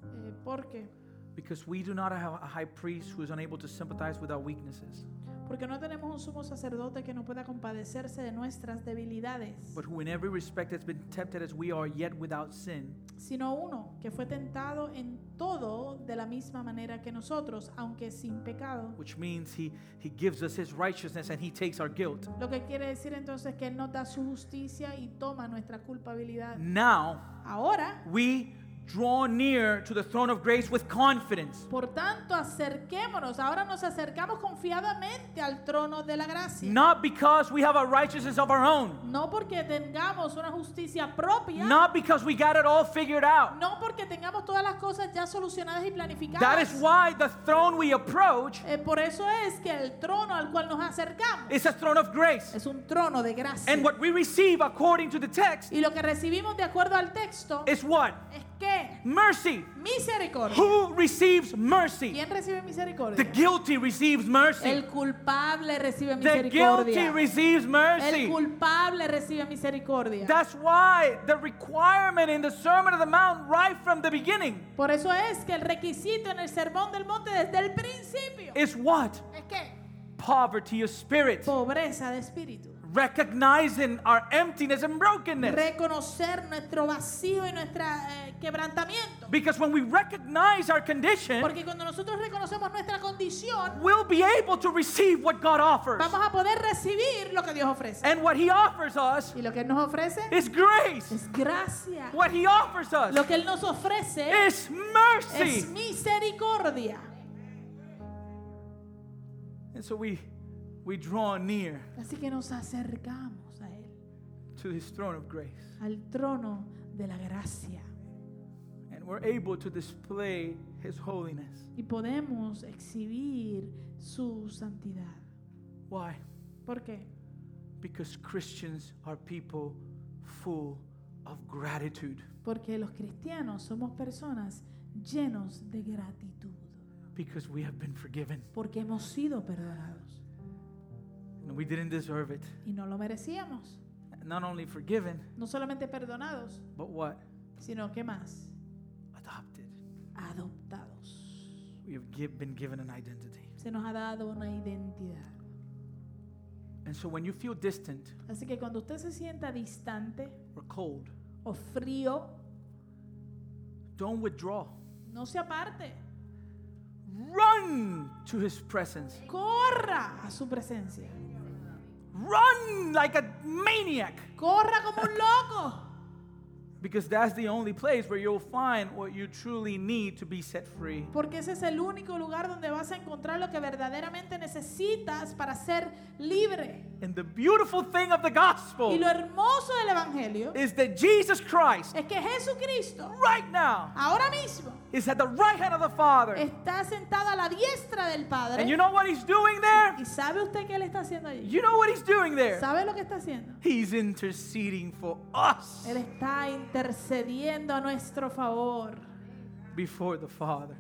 [SPEAKER 2] eh, porque,
[SPEAKER 1] because we do not have a high priest who is unable to sympathize with our weaknesses.
[SPEAKER 2] porque no tenemos un sumo sacerdote que no pueda compadecerse de nuestras debilidades,
[SPEAKER 1] but who in every respect has been tempted as we are, yet without sin.
[SPEAKER 2] sino uno que fue tentado en todo de la misma manera que nosotros, aunque sin pecado.
[SPEAKER 1] Which means he, he gives us his righteousness and he takes our guilt.
[SPEAKER 2] Lo que quiere decir entonces que Él nos da su justicia y toma nuestra culpabilidad.
[SPEAKER 1] Now
[SPEAKER 2] Ahora
[SPEAKER 1] we draw near to the throne of grace with confidence,
[SPEAKER 2] Por tanto, acerquémonos. Ahora nos acercamos confiadamente al trono de la gracia.
[SPEAKER 1] not because we have a righteousness of our own,
[SPEAKER 2] No porque tengamos una justicia propia.
[SPEAKER 1] not because we got it all figured out.
[SPEAKER 2] No porque tengamos todas las cosas ya solucionadas y
[SPEAKER 1] That
[SPEAKER 2] planificadas.
[SPEAKER 1] is why the throne we approach
[SPEAKER 2] Eh, por eso es que el trono al cual nos acercamos
[SPEAKER 1] is a throne of grace.
[SPEAKER 2] es un trono de gracia.
[SPEAKER 1] And what we receive according to the text
[SPEAKER 2] y lo que recibimos de acuerdo al texto
[SPEAKER 1] is what?
[SPEAKER 2] es que
[SPEAKER 1] Mercy.
[SPEAKER 2] misericordia.
[SPEAKER 1] Who receives mercy?
[SPEAKER 2] ¿Quién recibe
[SPEAKER 1] The
[SPEAKER 2] misericordia?
[SPEAKER 1] guilty receives mercy.
[SPEAKER 2] El culpable recibe
[SPEAKER 1] The guilty
[SPEAKER 2] misericordia.
[SPEAKER 1] receives
[SPEAKER 2] El
[SPEAKER 1] mercy.
[SPEAKER 2] culpable recibe misericordia.
[SPEAKER 1] That's why the requirement in the Sermon on the Mount, right from the beginning,
[SPEAKER 2] Por eso es que el requisito en el sermón del monte desde el principio
[SPEAKER 1] is what?
[SPEAKER 2] es que
[SPEAKER 1] Poverty of spirit.
[SPEAKER 2] pobreza de espíritu.
[SPEAKER 1] Recognizing our emptiness and brokenness.
[SPEAKER 2] Reconocer nuestro vacío y nuestro quebrantamiento.
[SPEAKER 1] Because when we recognize our condition,
[SPEAKER 2] Porque cuando nosotros reconocemos nuestra condición,
[SPEAKER 1] we'll be able to receive what God offers.
[SPEAKER 2] vamos a poder recibir lo que Dios ofrece.
[SPEAKER 1] And what He offers us
[SPEAKER 2] Y lo que Él nos ofrece
[SPEAKER 1] is grace.
[SPEAKER 2] es gracia.
[SPEAKER 1] What He offers us
[SPEAKER 2] Lo que Él nos ofrece
[SPEAKER 1] is
[SPEAKER 2] es
[SPEAKER 1] mercy.
[SPEAKER 2] misericordia.
[SPEAKER 1] And so we, we draw near
[SPEAKER 2] Así que nos acercamos a Él,
[SPEAKER 1] to His throne of grace.
[SPEAKER 2] al trono de la gracia.
[SPEAKER 1] And we're able to display His holiness.
[SPEAKER 2] Y podemos exhibir su santidad.
[SPEAKER 1] Why?
[SPEAKER 2] ¿Por qué?
[SPEAKER 1] Because Christians are people full of gratitude.
[SPEAKER 2] Porque los cristianos somos personas llenos de gratitud,
[SPEAKER 1] Because we have been forgiven.
[SPEAKER 2] porque hemos sido perdonados
[SPEAKER 1] And we didn't deserve it.
[SPEAKER 2] y no lo merecíamos.
[SPEAKER 1] Not only forgiven,
[SPEAKER 2] No solamente perdonados,
[SPEAKER 1] but what?
[SPEAKER 2] sino que más,
[SPEAKER 1] Adopted.
[SPEAKER 2] adoptados.
[SPEAKER 1] We have gi- been given an identity.
[SPEAKER 2] Se nos ha dado una identidad.
[SPEAKER 1] And so when you feel distant
[SPEAKER 2] Así que cuando usted se sienta distante
[SPEAKER 1] or cold,
[SPEAKER 2] o frío,
[SPEAKER 1] don't withdraw.
[SPEAKER 2] no se aparte.
[SPEAKER 1] Run to his presence.
[SPEAKER 2] Corra a su presencia.
[SPEAKER 1] Run like a maniac.
[SPEAKER 2] Corra como un loco.
[SPEAKER 1] Because that's the only place where you'll find what you truly need to be set free.
[SPEAKER 2] Porque ese es el único lugar donde vas a encontrar lo que verdaderamente necesitas para ser libre.
[SPEAKER 1] And the beautiful thing of the
[SPEAKER 2] Y
[SPEAKER 1] gospel
[SPEAKER 2] lo hermoso del Evangelio
[SPEAKER 1] is that Jesus Christ,
[SPEAKER 2] es que Jesucristo
[SPEAKER 1] right now,
[SPEAKER 2] ahora mismo
[SPEAKER 1] is at the right hand of the Father.
[SPEAKER 2] está sentado a la diestra del
[SPEAKER 1] And you
[SPEAKER 2] Padre.
[SPEAKER 1] know what he's doing there?
[SPEAKER 2] ¿Y sabe usted qué él está haciendo allí?
[SPEAKER 1] You know what he's doing there?
[SPEAKER 2] ¿Sabe lo que está haciendo?
[SPEAKER 1] He's interceding for us
[SPEAKER 2] Él está intercediendo a nuestro favor
[SPEAKER 1] before the Father.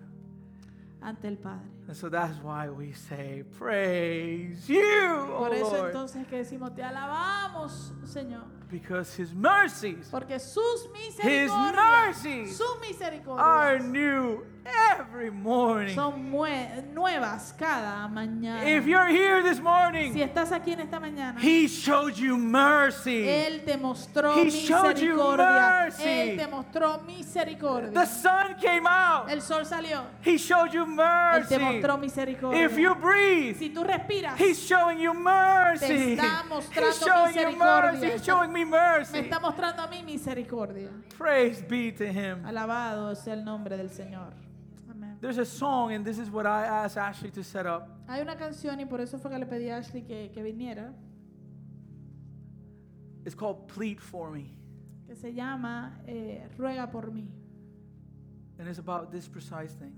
[SPEAKER 2] ante el Padre.
[SPEAKER 1] And so that's why we say, Praise you, O
[SPEAKER 2] Por eso
[SPEAKER 1] Oh, Lord.
[SPEAKER 2] entonces que decimos, te alabamos, Señor,
[SPEAKER 1] Because his mercies
[SPEAKER 2] porque sus
[SPEAKER 1] mercies
[SPEAKER 2] misericordias, sus
[SPEAKER 1] are
[SPEAKER 2] misericordias
[SPEAKER 1] new every morning.
[SPEAKER 2] son mue- nuevas cada
[SPEAKER 1] If
[SPEAKER 2] mañana.
[SPEAKER 1] you're here this
[SPEAKER 2] Si
[SPEAKER 1] morning,
[SPEAKER 2] estás aquí en esta mañana,
[SPEAKER 1] he showed you mercy.
[SPEAKER 2] Él te mostró
[SPEAKER 1] He showed you
[SPEAKER 2] misericordia.
[SPEAKER 1] mercy.
[SPEAKER 2] Él te mostró
[SPEAKER 1] The
[SPEAKER 2] misericordia.
[SPEAKER 1] sun came out.
[SPEAKER 2] El sol salió.
[SPEAKER 1] He showed you
[SPEAKER 2] Él
[SPEAKER 1] mercy.
[SPEAKER 2] te mostró misericordia.
[SPEAKER 1] If you breathe,
[SPEAKER 2] Si tú respiras,
[SPEAKER 1] He's showing you mercy.
[SPEAKER 2] Te está mostrando
[SPEAKER 1] He's showing you mercy.
[SPEAKER 2] misericordia.
[SPEAKER 1] He's showing me
[SPEAKER 2] me
[SPEAKER 1] mercy.
[SPEAKER 2] está mostrando a mí misericordia.
[SPEAKER 1] Praise be to Him.
[SPEAKER 2] Alabado sea el nombre del Señor. Amén.
[SPEAKER 1] There's a song, and this is what I asked Ashley to set up.
[SPEAKER 2] Hay una canción y por eso fue que le pedí a Ashley que, que viniera,
[SPEAKER 1] It's called Plead for Me.
[SPEAKER 2] que se llama eh, Ruega por mí.
[SPEAKER 1] And it's about this precise thing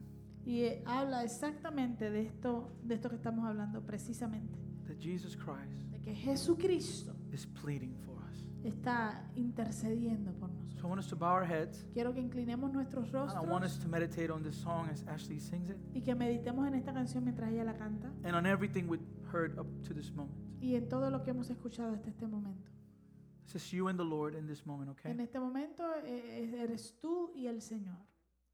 [SPEAKER 2] Y eh, habla exactamente de esto, de esto que estamos hablando precisamente,
[SPEAKER 1] that Jesus Christ
[SPEAKER 2] de que Jesucristo
[SPEAKER 1] is pleading for us.
[SPEAKER 2] está intercediendo por nosotros.
[SPEAKER 1] So I want us to bow our heads.
[SPEAKER 2] Quiero que inclinemos nuestros
[SPEAKER 1] And I want us
[SPEAKER 2] rostros
[SPEAKER 1] to meditate on this song as Ashley sings it
[SPEAKER 2] y que meditemos en esta canción mientras ella la canta
[SPEAKER 1] and on everything we've heard up to this moment.
[SPEAKER 2] y en todo lo que hemos escuchado hasta este momento.
[SPEAKER 1] It's just you and the Lord in this moment, okay?
[SPEAKER 2] En este momento eh, eres tú y el Señor.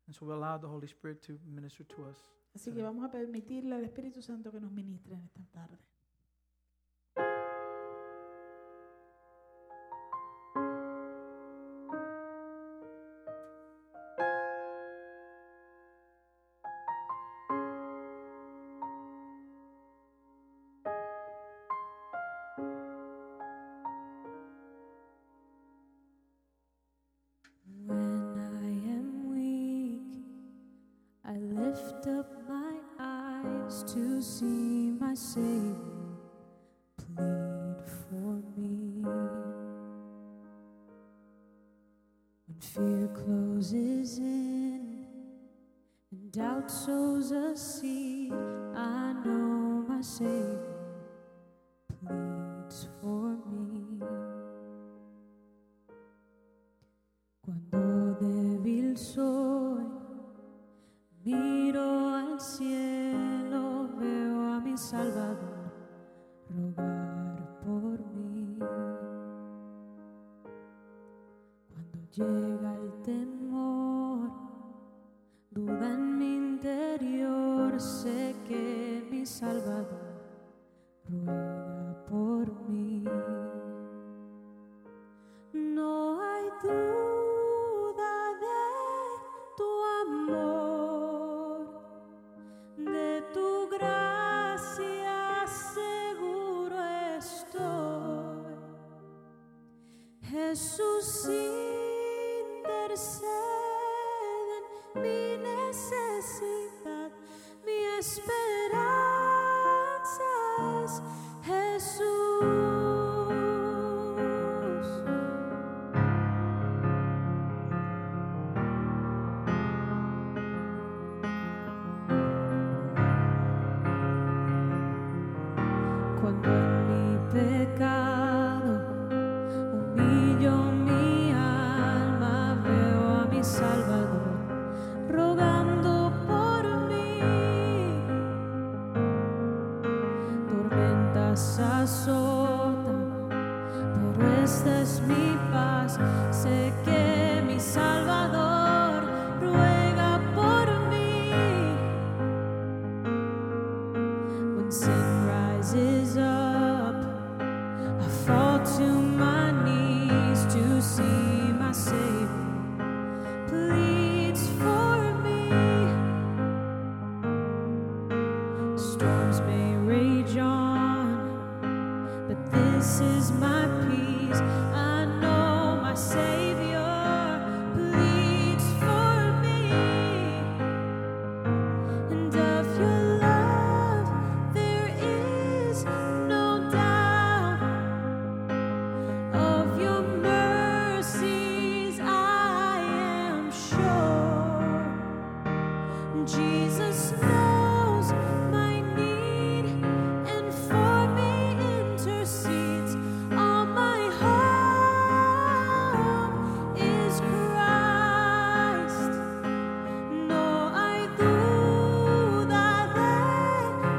[SPEAKER 1] And so we allow the Holy Spirit to minister to us.
[SPEAKER 2] Así que vamos a permitirle al Espíritu Santo que nos ministre en esta tarde.
[SPEAKER 3] When I am weak see my Savior, plead for me. When fear closes in and doubt sows a seed, I know my Savior pleads for me. Cuando débil soy, miro al cielo, veo a mi Salvador rogar por mí. Cuando llega el temor, duda en mi interior, sé que mi Salvador ruega por mí. No hay duda de tu amor, de tu gracia seguro estoy. Jesús intercede en mi necesidad, mi esperanza es Jesús. Cuando en mi pecado humillo mi alma, veo a mi Salvador rogando por mí. Tormentas azotan, pero esta es mi paz. Sé que mi Salvador ruega por mí. When sin rises up, I fall to my knees to see my Savior pleads for me. Storms may rage on, but this is my peace. I know my Savior pleads for me. And of your love there is no doubt Of your mercies I am sure Jesus knows my need and for me intercedes all my hope is Christ no hay duda de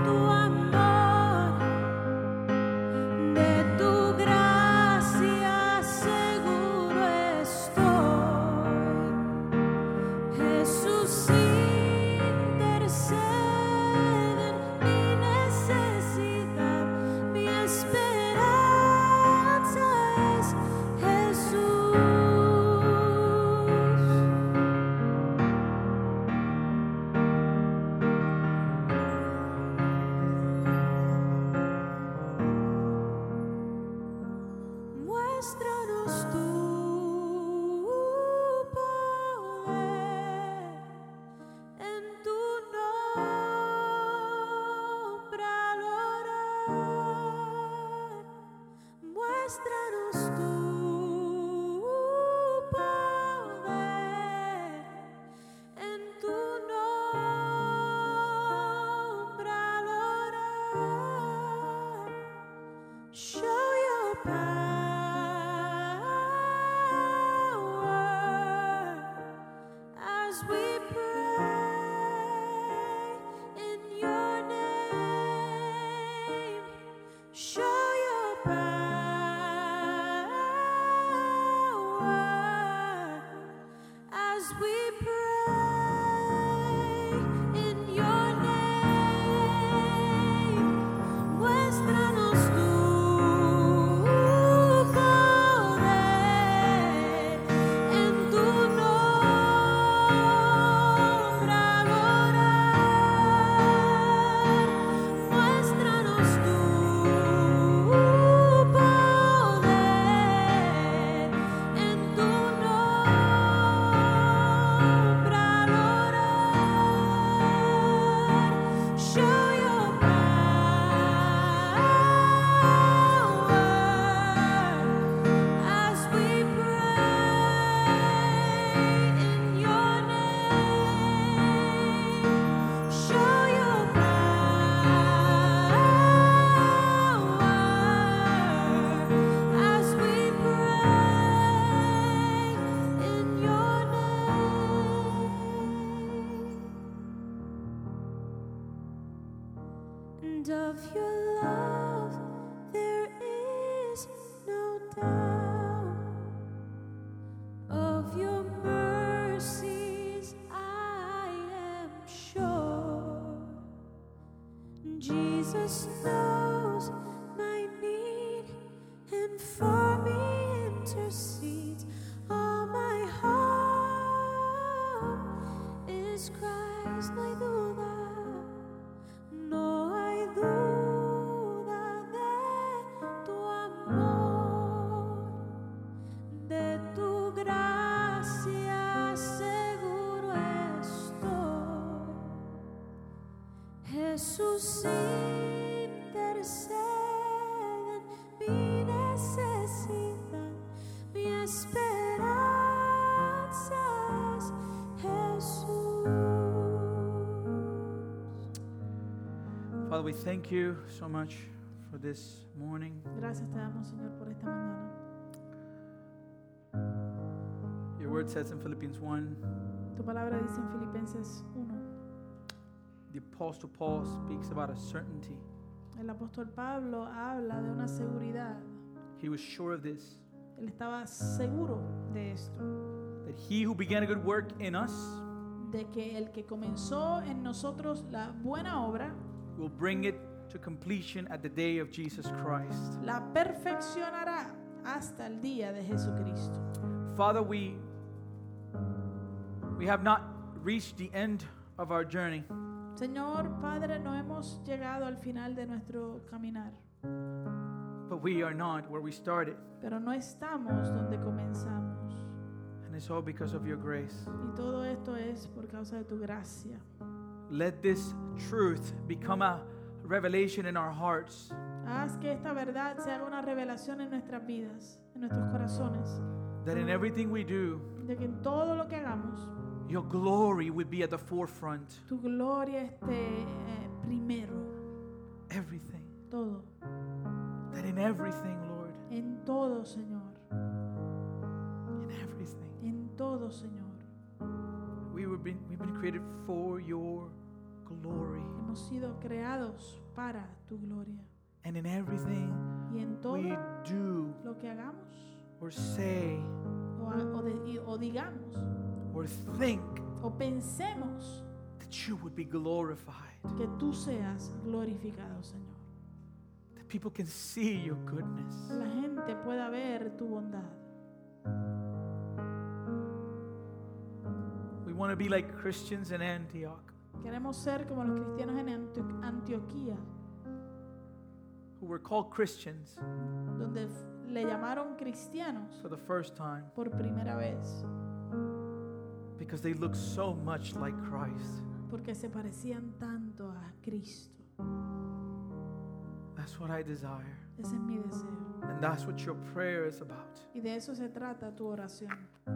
[SPEAKER 3] tu amor, de tu gracia seguro estoy. Jesús intercede en mi necesidad, mi esperanza es Jesús. Muéstranos tu poder en tu nombre al orar. Muéstranos tu poder en tu nombre al orar. Show your power as we pray in your name. Show your power as we pray in your name. Muéstranos tu poder en tu nombre al orar. Muéstranos tu poder en tu nombre. And of your love there is no doubt. Of your mercies I am sure. Jesus knows my need and for me intercedes. All my heart is Christ, my duda. No hay duda de tu amor, de tu gracia seguro estoy. Jesús intercede en mi necesidad, mi esperanza es Jesús.
[SPEAKER 1] Father, we thank you so much for this morning.
[SPEAKER 2] Gracias te damos, Señor, por esta mañana.
[SPEAKER 1] Your word says in Philippians 1,
[SPEAKER 2] Tu palabra dice en Filipenses 1.
[SPEAKER 1] the Apostle Paul speaks about a certainty.
[SPEAKER 2] El apóstol Pablo habla de una seguridad.
[SPEAKER 1] He was sure of this,
[SPEAKER 2] Él estaba seguro de esto,
[SPEAKER 1] that he who began a good work in us
[SPEAKER 2] de que el que comenzó en nosotros la buena obra
[SPEAKER 1] will bring it to completion at the day of Jesus Christ.
[SPEAKER 2] la perfeccionará hasta el día de Jesucristo.
[SPEAKER 1] Father, we we have not reached the end of our journey.
[SPEAKER 2] Señor Padre, no hemos llegado al final de nuestro caminar,
[SPEAKER 1] But we are not where we started.
[SPEAKER 2] pero no estamos donde comenzamos.
[SPEAKER 1] And it's all because of your grace.
[SPEAKER 2] Y todo esto es por causa de tu gracia.
[SPEAKER 1] Let this truth become a revelation in our hearts.
[SPEAKER 2] Haz que esta verdad se haga una revelación en nuestras vidas, en nuestros corazones,
[SPEAKER 1] That in everything we do,
[SPEAKER 2] de que en todo lo que hagamos,
[SPEAKER 1] your glory would be at the forefront.
[SPEAKER 2] tu gloria esté eh, primero,
[SPEAKER 1] Everything.
[SPEAKER 2] todo,
[SPEAKER 1] That in everything, Lord.
[SPEAKER 2] en todo, Señor,
[SPEAKER 1] In everything.
[SPEAKER 2] en todo, Señor.
[SPEAKER 1] We were been, we've been created for your glory.
[SPEAKER 2] Hemos sido creados para tu gloria.
[SPEAKER 1] And in everything
[SPEAKER 2] Y en todo
[SPEAKER 1] we do
[SPEAKER 2] lo que hagamos
[SPEAKER 1] or say
[SPEAKER 2] o, ha- o de- y- o digamos
[SPEAKER 1] or think
[SPEAKER 2] o pensemos
[SPEAKER 1] that you would be glorified.
[SPEAKER 2] que tú seas glorificado, Señor.
[SPEAKER 1] That people can see your goodness.
[SPEAKER 2] Que la gente pueda ver tu bondad.
[SPEAKER 1] We want to be like Christians in Antioch
[SPEAKER 2] Queremos ser como los cristianos en Antio- Antioquía,
[SPEAKER 1] who were called Christians
[SPEAKER 2] donde f- le llamaron cristianos
[SPEAKER 1] for the first time
[SPEAKER 2] por primera vez,
[SPEAKER 1] because they looked so much like Christ.
[SPEAKER 2] porque se parecían tanto a Cristo.
[SPEAKER 1] That's what I desire.
[SPEAKER 2] Ese es mi deseo.
[SPEAKER 1] And that's what your prayer is about
[SPEAKER 2] Y de eso se trata tu oración,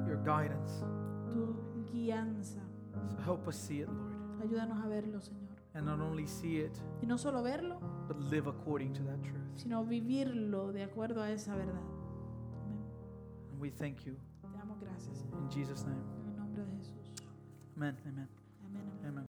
[SPEAKER 1] your guidance.
[SPEAKER 2] tu guianza.
[SPEAKER 1] So help us see it, Lord.
[SPEAKER 2] Ayúdanos a verlo, Señor.
[SPEAKER 1] And not only see it,
[SPEAKER 2] Y no solo verlo,
[SPEAKER 1] but live according to that truth.
[SPEAKER 2] sino vivirlo de acuerdo a esa verdad. Amén.
[SPEAKER 1] And we thank you
[SPEAKER 2] Te damos gracias, Señor,
[SPEAKER 1] in Jesus' name.
[SPEAKER 2] en el nombre de Jesús.
[SPEAKER 1] Amen. Amen.
[SPEAKER 2] Amén. amén.
[SPEAKER 1] Amen.